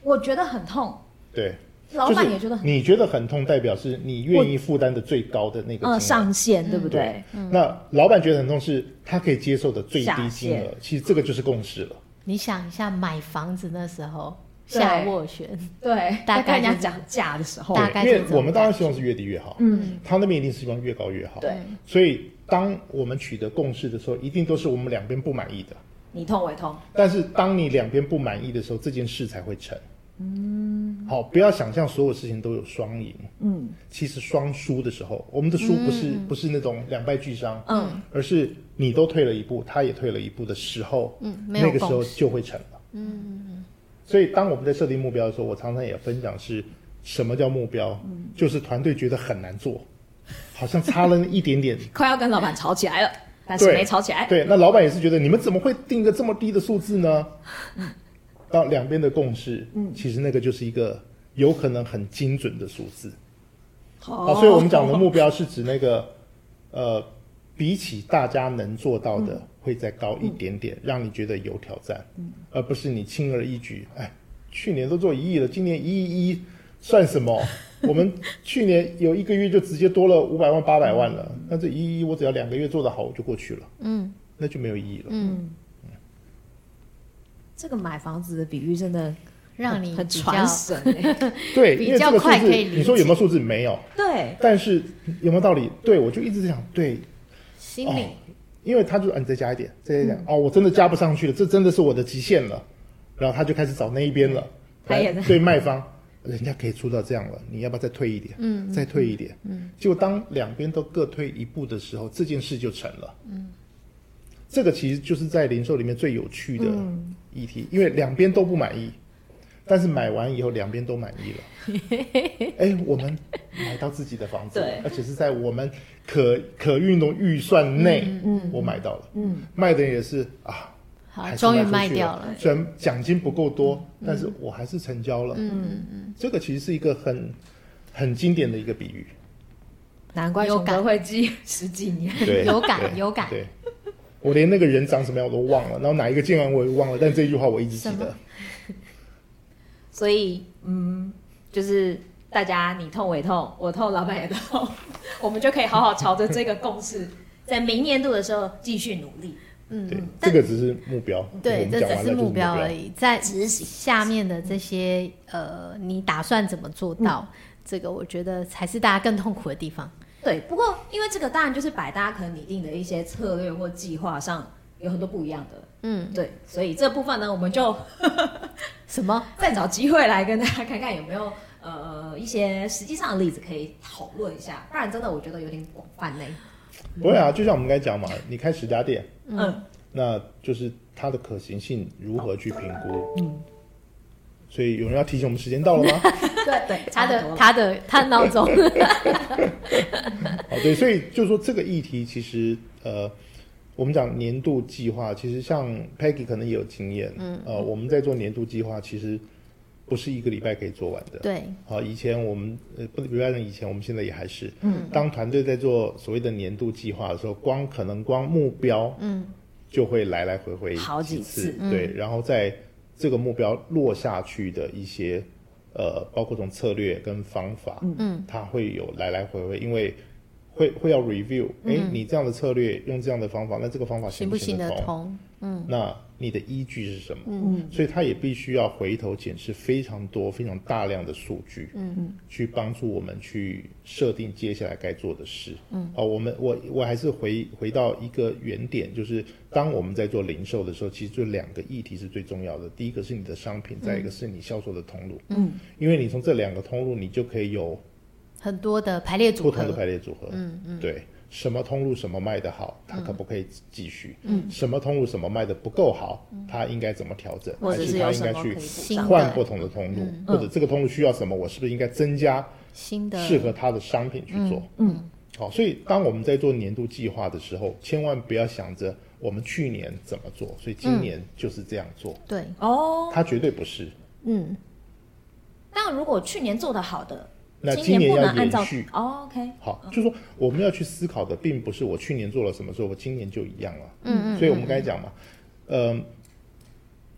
[SPEAKER 2] 我觉得很痛，
[SPEAKER 3] 对，
[SPEAKER 2] 老板也觉得很
[SPEAKER 3] 就是你觉得很痛，代表是你愿意负担的最高的那个金额。
[SPEAKER 2] 嗯上限，对不
[SPEAKER 3] 对
[SPEAKER 2] 对？嗯
[SPEAKER 3] 那老板觉得很痛是他可以接受的最低金
[SPEAKER 2] 下
[SPEAKER 3] 额，其实这个就是共识了。
[SPEAKER 1] 你想一下买房子那时候
[SPEAKER 2] 对
[SPEAKER 1] 下斡旋，
[SPEAKER 2] 对，
[SPEAKER 1] 大
[SPEAKER 2] 大
[SPEAKER 1] 概
[SPEAKER 2] 概
[SPEAKER 1] 就是
[SPEAKER 2] 人家讲价的时候，
[SPEAKER 1] 大概
[SPEAKER 3] 因
[SPEAKER 1] 是
[SPEAKER 3] 为
[SPEAKER 1] 这种
[SPEAKER 3] 我们当然希望是越低越好，嗯，他那边一定是希望越高越好，
[SPEAKER 2] 对，
[SPEAKER 3] 所以当我们取得共识的时候，一定都是我们两边不满意的。
[SPEAKER 2] 你痛我也痛，
[SPEAKER 3] 但是当你两边不满意的时候，这件事才会成。嗯，好，不要想象所有事情都有双赢。嗯，其实双输的时候，我们的输不是、不是那种两败俱伤，嗯，而是你都退了一步，他也退了一步的时候，
[SPEAKER 1] 嗯没有
[SPEAKER 3] 那个时候
[SPEAKER 1] 共识
[SPEAKER 3] 就会成了。嗯嗯嗯。所以，当我们在设定目标的时候，我常常也分享是什么叫目标，就是团队觉得很难做，好像差了那一点点，
[SPEAKER 2] 快要跟老板吵起来了，但是
[SPEAKER 3] 对
[SPEAKER 2] 没吵起来。
[SPEAKER 3] 对，那老板也是觉得你们怎么会定一个这么低的数字呢？到两边的共识，嗯，其实那个就是一个有可能很精准的数字。
[SPEAKER 2] 哦
[SPEAKER 3] 好，所以我们讲的目标是指那个，呃，比起大家能做到
[SPEAKER 1] 嗯
[SPEAKER 3] 的，会再高一点点，让你觉得有挑战，而不是你轻而易举。哎，去年都做一亿了，今年一亿一算
[SPEAKER 1] [laughs]
[SPEAKER 3] 什么？我们去年有一个月就直接多了五百万、八百万了，那这一亿一我只要两个月做得好，我就过去了，
[SPEAKER 1] 嗯
[SPEAKER 3] 那就没有意义了。
[SPEAKER 1] 嗯，
[SPEAKER 2] 这个买房子的比喻真的
[SPEAKER 1] 让你
[SPEAKER 2] 很
[SPEAKER 1] 比较
[SPEAKER 2] 传神 [laughs] 欸。
[SPEAKER 3] 对，
[SPEAKER 1] 比
[SPEAKER 3] 因为
[SPEAKER 1] 较
[SPEAKER 3] 这个数
[SPEAKER 1] 快
[SPEAKER 3] 字
[SPEAKER 1] 可以，理
[SPEAKER 3] 你说有没
[SPEAKER 1] 解
[SPEAKER 3] 有数字？没有，
[SPEAKER 2] 对，
[SPEAKER 3] 但是有没有道理？对，我就一直在想，对，
[SPEAKER 1] 心里
[SPEAKER 3] 哦因为他就啊，你再加一点，再加一点，哦，我真的加不上去了，这真的是我的极限了。然后他就开始找那一边了，
[SPEAKER 2] 他也在
[SPEAKER 3] 对卖方，人家可以出到这样了，你要不要再退一点？嗯，再退一点。嗯，就当两边都各退一步的时候，这件事就成了。嗯，这个其实就是在零售里面最有趣的议题，因为两边都不满意，但是买完以后两边都满意了。
[SPEAKER 1] [laughs]
[SPEAKER 3] 哎，我们买到自己的房子了
[SPEAKER 2] 对，
[SPEAKER 3] 而且是在我们可可运动预算内，嗯，我买到了，嗯，卖的人也是啊，还
[SPEAKER 1] 好，
[SPEAKER 3] 是
[SPEAKER 1] 终于
[SPEAKER 3] 出
[SPEAKER 1] 卖
[SPEAKER 3] 去
[SPEAKER 1] 掉
[SPEAKER 3] 了
[SPEAKER 1] 了。，嗯
[SPEAKER 3] 虽然奖金不够多，但是我还是成交了，嗯嗯，这个其实是一个很很经典的一个比
[SPEAKER 1] [laughs]
[SPEAKER 3] 喻，
[SPEAKER 2] 难怪
[SPEAKER 1] 有
[SPEAKER 2] 熊
[SPEAKER 1] 感
[SPEAKER 2] 哥会记十几年。
[SPEAKER 3] 对，
[SPEAKER 1] 有感
[SPEAKER 3] 对
[SPEAKER 1] 有感
[SPEAKER 3] 对。我连那个人长什么样我都忘了，然后哪一个建完我也忘了，但这句话我一直记
[SPEAKER 1] 什
[SPEAKER 3] 得
[SPEAKER 1] 么。
[SPEAKER 2] 所以，嗯，就是大家你痛我也痛，我痛老板也痛，我们就可以好好朝着这个共识，在明年度的时候继续努力
[SPEAKER 3] 对，
[SPEAKER 1] 嗯但
[SPEAKER 3] 这个只是目标。我
[SPEAKER 1] 对，
[SPEAKER 3] 们
[SPEAKER 1] 这
[SPEAKER 3] 讲
[SPEAKER 1] 只
[SPEAKER 3] 完了
[SPEAKER 1] 是
[SPEAKER 3] 就是目
[SPEAKER 1] 标而
[SPEAKER 3] 已。
[SPEAKER 1] 已，在
[SPEAKER 2] 执行。
[SPEAKER 1] 下面的这些呃，你打算怎么做到？
[SPEAKER 3] 嗯
[SPEAKER 1] 这个我觉得才是大家更痛苦的地方。
[SPEAKER 2] 对，不过因为这个当然就是百搭，可能拟定的一些策略或计划上有很多不一样的，
[SPEAKER 1] 嗯，
[SPEAKER 2] 对，所以这部分呢，我们就
[SPEAKER 1] 什么？
[SPEAKER 2] 再找机会来跟大家看看有没有呃一些实际上的例子可以讨论一下，不然真的我觉得有点广泛嘞。
[SPEAKER 3] 不会啊，就像我们刚才讲嘛，你开十家店，
[SPEAKER 2] 嗯，
[SPEAKER 3] 那就是它的可行性如何去评估。嗯。所以有人要提醒我们时间到了吗？
[SPEAKER 2] 对对，
[SPEAKER 1] 他
[SPEAKER 2] 差不多
[SPEAKER 1] 的
[SPEAKER 2] 了
[SPEAKER 1] 他的他的
[SPEAKER 3] [laughs]
[SPEAKER 1] 闹钟，
[SPEAKER 3] 哦，对，所以就是说这个议题其实呃，我们讲年度计划，其实像 Peggy 可能也有经验，嗯，呃，我们在做年度计划，其实不是一个礼拜可以做完的。
[SPEAKER 1] 对，
[SPEAKER 3] 好，啊以前我们呃不不要讲以前，我们现在也还是，嗯，当团队在做所谓的年度计划的时候，光可能光目标，嗯，就会来来回回
[SPEAKER 2] 好几
[SPEAKER 3] 次
[SPEAKER 2] 次，
[SPEAKER 3] 对，然后在这个目标落下去的一些呃，包括从策略跟方法，嗯，它会有来来回回，因为会会要 review，哎，你这样的策略用这样的方法，那这个方法
[SPEAKER 1] 行
[SPEAKER 3] 不
[SPEAKER 1] 不行
[SPEAKER 3] 得
[SPEAKER 1] 得通？
[SPEAKER 3] 那你的依据是什么？嗯，所以他也必须要回头检视非常多、非常大量的数据，嗯，去帮助我们去设定接下来该做的事。嗯，哦，我们我我还是回回到一个原点，就是当我们在做零售的时候，其实就两个议题是最重要的。第一个是你的商品，再一个是你销售的通路。嗯，因为你从这两个通路，你就可以有
[SPEAKER 1] 很多的排列
[SPEAKER 3] 不
[SPEAKER 1] 组
[SPEAKER 3] 同的
[SPEAKER 1] 合，
[SPEAKER 3] 排列组合。嗯嗯，对，什么通路什么卖的好，它可不可以继续？嗯，什么通路什么卖的不够好，它应该怎么调整？
[SPEAKER 2] 或
[SPEAKER 3] 还
[SPEAKER 2] 者
[SPEAKER 3] 是
[SPEAKER 2] 是
[SPEAKER 3] 它
[SPEAKER 2] 有
[SPEAKER 3] 应
[SPEAKER 2] 什
[SPEAKER 3] 该
[SPEAKER 2] 么可以
[SPEAKER 3] 去
[SPEAKER 2] 补
[SPEAKER 1] 新
[SPEAKER 2] 上？
[SPEAKER 3] 换
[SPEAKER 1] 的
[SPEAKER 3] 不同的通路，或者这个通路需要什么，我是不是应该增加
[SPEAKER 1] 新的
[SPEAKER 3] 适合它的商品去做？嗯，好，所以当我们在做年度计划的时候，千万不要想着我们去年怎么做，所以今年就是这样做，
[SPEAKER 1] 对，
[SPEAKER 2] 哦，
[SPEAKER 3] 它绝对不是。
[SPEAKER 1] 嗯，
[SPEAKER 2] 那如果去年做的好的，
[SPEAKER 3] 那
[SPEAKER 2] 今
[SPEAKER 3] 今年
[SPEAKER 2] 不能
[SPEAKER 3] 要
[SPEAKER 2] 按照
[SPEAKER 3] 延续
[SPEAKER 2] 哦，OK，
[SPEAKER 3] 好，就是说我们要去思考的，并不是我去年做了什么，所以我今年就一样了。嗯嗯。所以我们刚才讲嘛，嗯、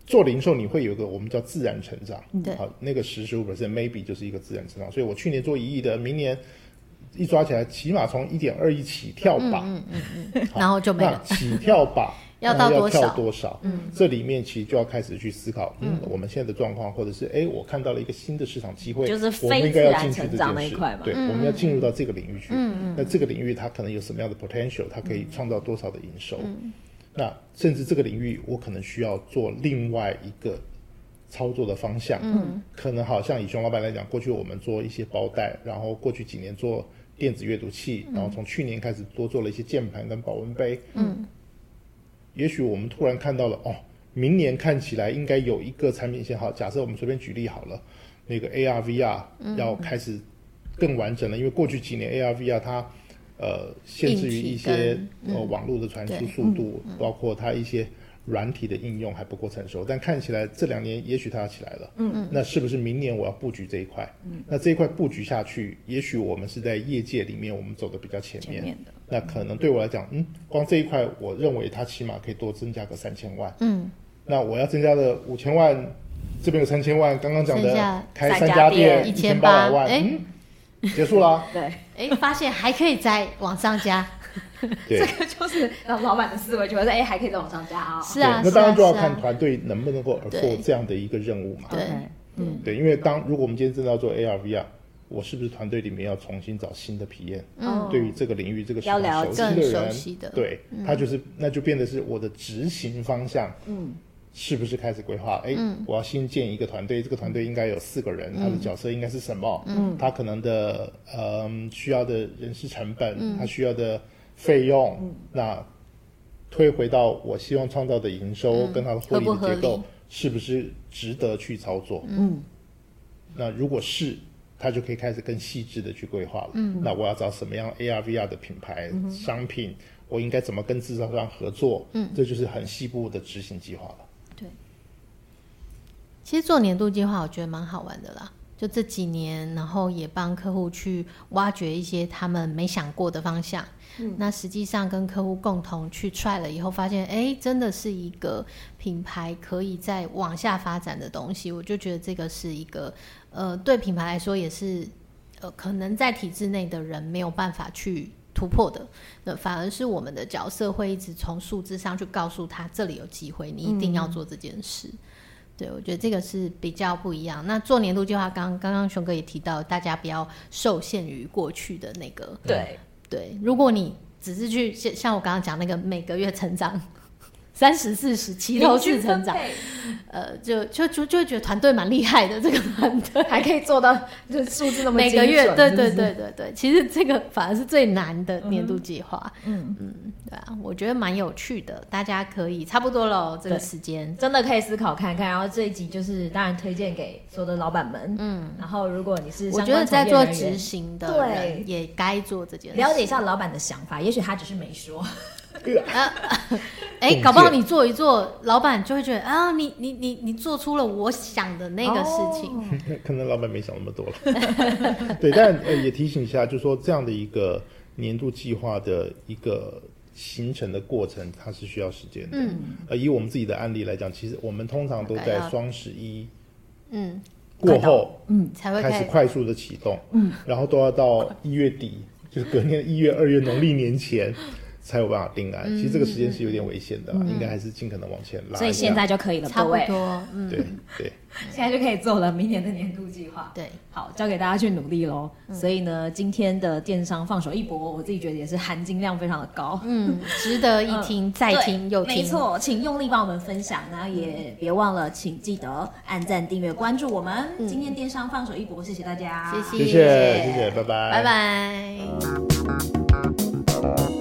[SPEAKER 3] 做零售你会有一个我们叫自然成长，
[SPEAKER 1] 对
[SPEAKER 3] 好，那个十十五 percent maybe 就是一个自然成长。所以我去年做一亿的，明年一抓起来，起码从一点二亿起跳吧， [laughs] 好
[SPEAKER 1] 然后就没
[SPEAKER 3] 那
[SPEAKER 1] 了。。
[SPEAKER 3] 起跳吧
[SPEAKER 1] 要到
[SPEAKER 3] 那
[SPEAKER 1] 多少
[SPEAKER 3] 跳多少？嗯，这里面其实就要开始去思考，嗯，我们现在的状况，或者是哎，我看到了一个新的市场机会，
[SPEAKER 2] 就是
[SPEAKER 3] 我们
[SPEAKER 2] 非
[SPEAKER 3] 应该
[SPEAKER 2] 自
[SPEAKER 3] 要
[SPEAKER 2] 然
[SPEAKER 3] 进去
[SPEAKER 2] 成
[SPEAKER 3] 这
[SPEAKER 2] 长那
[SPEAKER 3] 件
[SPEAKER 2] 一
[SPEAKER 3] 事
[SPEAKER 2] 块嘛
[SPEAKER 3] 对，我们要进入到这个领域去。嗯嗯，那这个领域它可能有什么样的 potential？它可以创造多少的营收？那甚至这个领域我可能需要做另外一个操作的方向。嗯，可能好像以熊老板来讲，过去我们做一些包袋，然后过去几年做电子阅读器，然后从去年开始多做了一些键盘跟保温杯。
[SPEAKER 1] 嗯，
[SPEAKER 3] 也许我们突然看到了哦，明年看起来应该有一个产品线，好，假设我们随便举例好了，那个 AR VR 要开始更完整了，因为过去几年 AR VR 它呃限制于一些
[SPEAKER 1] 硬体、
[SPEAKER 3] 呃网络的传输
[SPEAKER 1] 对
[SPEAKER 3] 速度，包括它一些软体的应用还不够成熟，但看起来这两年也许它要起来了，嗯，那是不是明年我要布局这一块？嗯，那这一块布局下去，也许我们是在业界里面我们走的比较前
[SPEAKER 2] 前
[SPEAKER 3] 面。
[SPEAKER 2] 面的
[SPEAKER 3] 那可能对我来讲，嗯，光这一块，我认为它起码可以多增加个三千万。
[SPEAKER 1] 嗯，
[SPEAKER 3] 那我要增加的五千万，这边有三千万，刚刚讲
[SPEAKER 1] 剩下
[SPEAKER 3] 的开
[SPEAKER 2] 三
[SPEAKER 3] 三
[SPEAKER 2] 家
[SPEAKER 3] 家
[SPEAKER 2] 店
[SPEAKER 3] 店一
[SPEAKER 1] 1800
[SPEAKER 3] 八百万，
[SPEAKER 1] 哎
[SPEAKER 3] 嗯，结束啦。
[SPEAKER 2] [laughs] 对，
[SPEAKER 1] 哎，发现还可以再往上
[SPEAKER 3] [laughs]
[SPEAKER 1] 加，
[SPEAKER 3] 对，
[SPEAKER 2] 这就是让老板的思维觉得哎还可以再往上加啊。
[SPEAKER 1] 是啊，
[SPEAKER 3] 对那
[SPEAKER 1] 是
[SPEAKER 3] 当然
[SPEAKER 1] 啊，
[SPEAKER 3] 就是要看
[SPEAKER 1] 啊，
[SPEAKER 3] 团队能不能够 a
[SPEAKER 1] 对
[SPEAKER 3] f 这样的一个任务嘛。
[SPEAKER 1] 对
[SPEAKER 2] OK，嗯，
[SPEAKER 3] 对，因为当如果我们今天真的要做 AR VR，我是不是团队里面要重新找新的体验？
[SPEAKER 1] 哦
[SPEAKER 2] 嗯
[SPEAKER 3] 对于这个领域、这个市
[SPEAKER 2] 要了
[SPEAKER 1] 解
[SPEAKER 3] 场熟悉的
[SPEAKER 1] 更熟
[SPEAKER 3] 人，
[SPEAKER 1] 悉的
[SPEAKER 3] 对，他就是那就变得是我的执行方向，嗯，是不是开始规划？哎，我要新建一个团队，这个团队应该有四个人，他的角色应该是什么？嗯，他可能的呃需要的人事成本，他需要的费
[SPEAKER 1] 嗯
[SPEAKER 3] 用，那推回到我希望创造的营收跟它的获利
[SPEAKER 1] 嗯合不合
[SPEAKER 3] 的结构
[SPEAKER 1] 理，
[SPEAKER 3] 是不是值得去操作？
[SPEAKER 2] 嗯，
[SPEAKER 3] 那如果是，他就可以开始更细致的去规划了。嗯，那我要找什么样 AR、VR 的品牌、
[SPEAKER 1] 嗯
[SPEAKER 3] 商品，我应该怎么跟制造商合作？嗯，这就是很细部的执行计划了。
[SPEAKER 1] 其实做年度计划，我觉得蛮好玩的啦。就这几年，然后也帮客户去挖掘一些他们没想过的方向。那实际上跟客户共同去 try 了以后，发现哎，真的是一个品牌可以再往下发展的东西。我就觉得这个是一个呃，对品牌来说也是呃，可能在体制内的人没有办法去突破的。那反而是我们的角色会一直从数字上去告诉他，这里有机会，你一定要做这件事。对，我觉得这个是比较不一样。那做年度计划，刚刚刚熊哥也提到，大家不要受限于过去的那个
[SPEAKER 2] 嗯对，
[SPEAKER 1] 对，如果你只是去像像我刚刚讲那个每个月成长 [laughs] 三十四十齐头式成长，
[SPEAKER 2] 平均
[SPEAKER 1] 呃，就就就就会觉得团队蛮厉害的这个团队
[SPEAKER 2] 分。 [laughs] 配，还可以做到就是数字那
[SPEAKER 1] [laughs]
[SPEAKER 2] 么
[SPEAKER 1] 每个
[SPEAKER 2] 精
[SPEAKER 1] 月，
[SPEAKER 2] 准
[SPEAKER 1] 对
[SPEAKER 2] 是不
[SPEAKER 1] 对
[SPEAKER 2] 是
[SPEAKER 1] 对对对，其实这个反而是最难的年度计划。嗯嗯，对啊，我觉得蛮有趣的，大家可以差不多喽，这个
[SPEAKER 2] 对
[SPEAKER 1] 时间。
[SPEAKER 2] 真的可以思考看看。然后这一集就是当然推荐给所有的老板们，嗯，然后如果你是
[SPEAKER 1] 我
[SPEAKER 2] 相
[SPEAKER 1] 觉得
[SPEAKER 2] 关
[SPEAKER 1] 在
[SPEAKER 2] 从
[SPEAKER 1] 做
[SPEAKER 2] 业人员
[SPEAKER 1] 执行的
[SPEAKER 2] 对
[SPEAKER 1] 人也该做这件事。
[SPEAKER 2] 了解一下老板的想法，也许他只是没说。
[SPEAKER 1] 哎、
[SPEAKER 3] 洞见
[SPEAKER 1] 搞不好你做一做，老板就会觉得啊，你你你你做出了我想的那个事情。
[SPEAKER 2] 情，
[SPEAKER 3] [laughs] 可能老板没想那么多了。 [laughs] 对，但呃也提醒一下，就说这样的一个年度计划的一个形成的过程，它是需要时间的。
[SPEAKER 1] 嗯
[SPEAKER 3] 呃，以我们自己的案例来讲，其实我们通常都
[SPEAKER 1] 大概
[SPEAKER 3] 在
[SPEAKER 1] 要
[SPEAKER 3] 双十一
[SPEAKER 1] 嗯，
[SPEAKER 3] 过后。
[SPEAKER 1] 才会
[SPEAKER 3] 开
[SPEAKER 1] 开
[SPEAKER 3] 始快速的启动，嗯，然后都要到一月底，就是隔年一月、二月农历年前才有办法定案。其实这个时间是有点危险的啦，应该还是尽可能往前拉一下。
[SPEAKER 2] 所以现在就可以了，
[SPEAKER 1] 差
[SPEAKER 2] 各
[SPEAKER 1] 不
[SPEAKER 2] 位，
[SPEAKER 1] 多。嗯，
[SPEAKER 3] 对对，
[SPEAKER 2] 现在就可以做了明年的年度计划。
[SPEAKER 1] 对，
[SPEAKER 2] 好，交给大家去努力喽。所以呢，今天的电商放手一搏，我自己觉得也是含金量非常的高。
[SPEAKER 1] 嗯，值得一听，再听
[SPEAKER 2] 嗯对
[SPEAKER 1] 又听。
[SPEAKER 2] 没错，请用力帮我们分享，然后也别忘了，请记得按赞、订阅、关注我们。
[SPEAKER 1] 嗯
[SPEAKER 2] 今天电商放手一搏，谢谢大家，
[SPEAKER 1] 谢谢
[SPEAKER 3] 谢谢谢谢，拜拜，
[SPEAKER 1] 拜拜。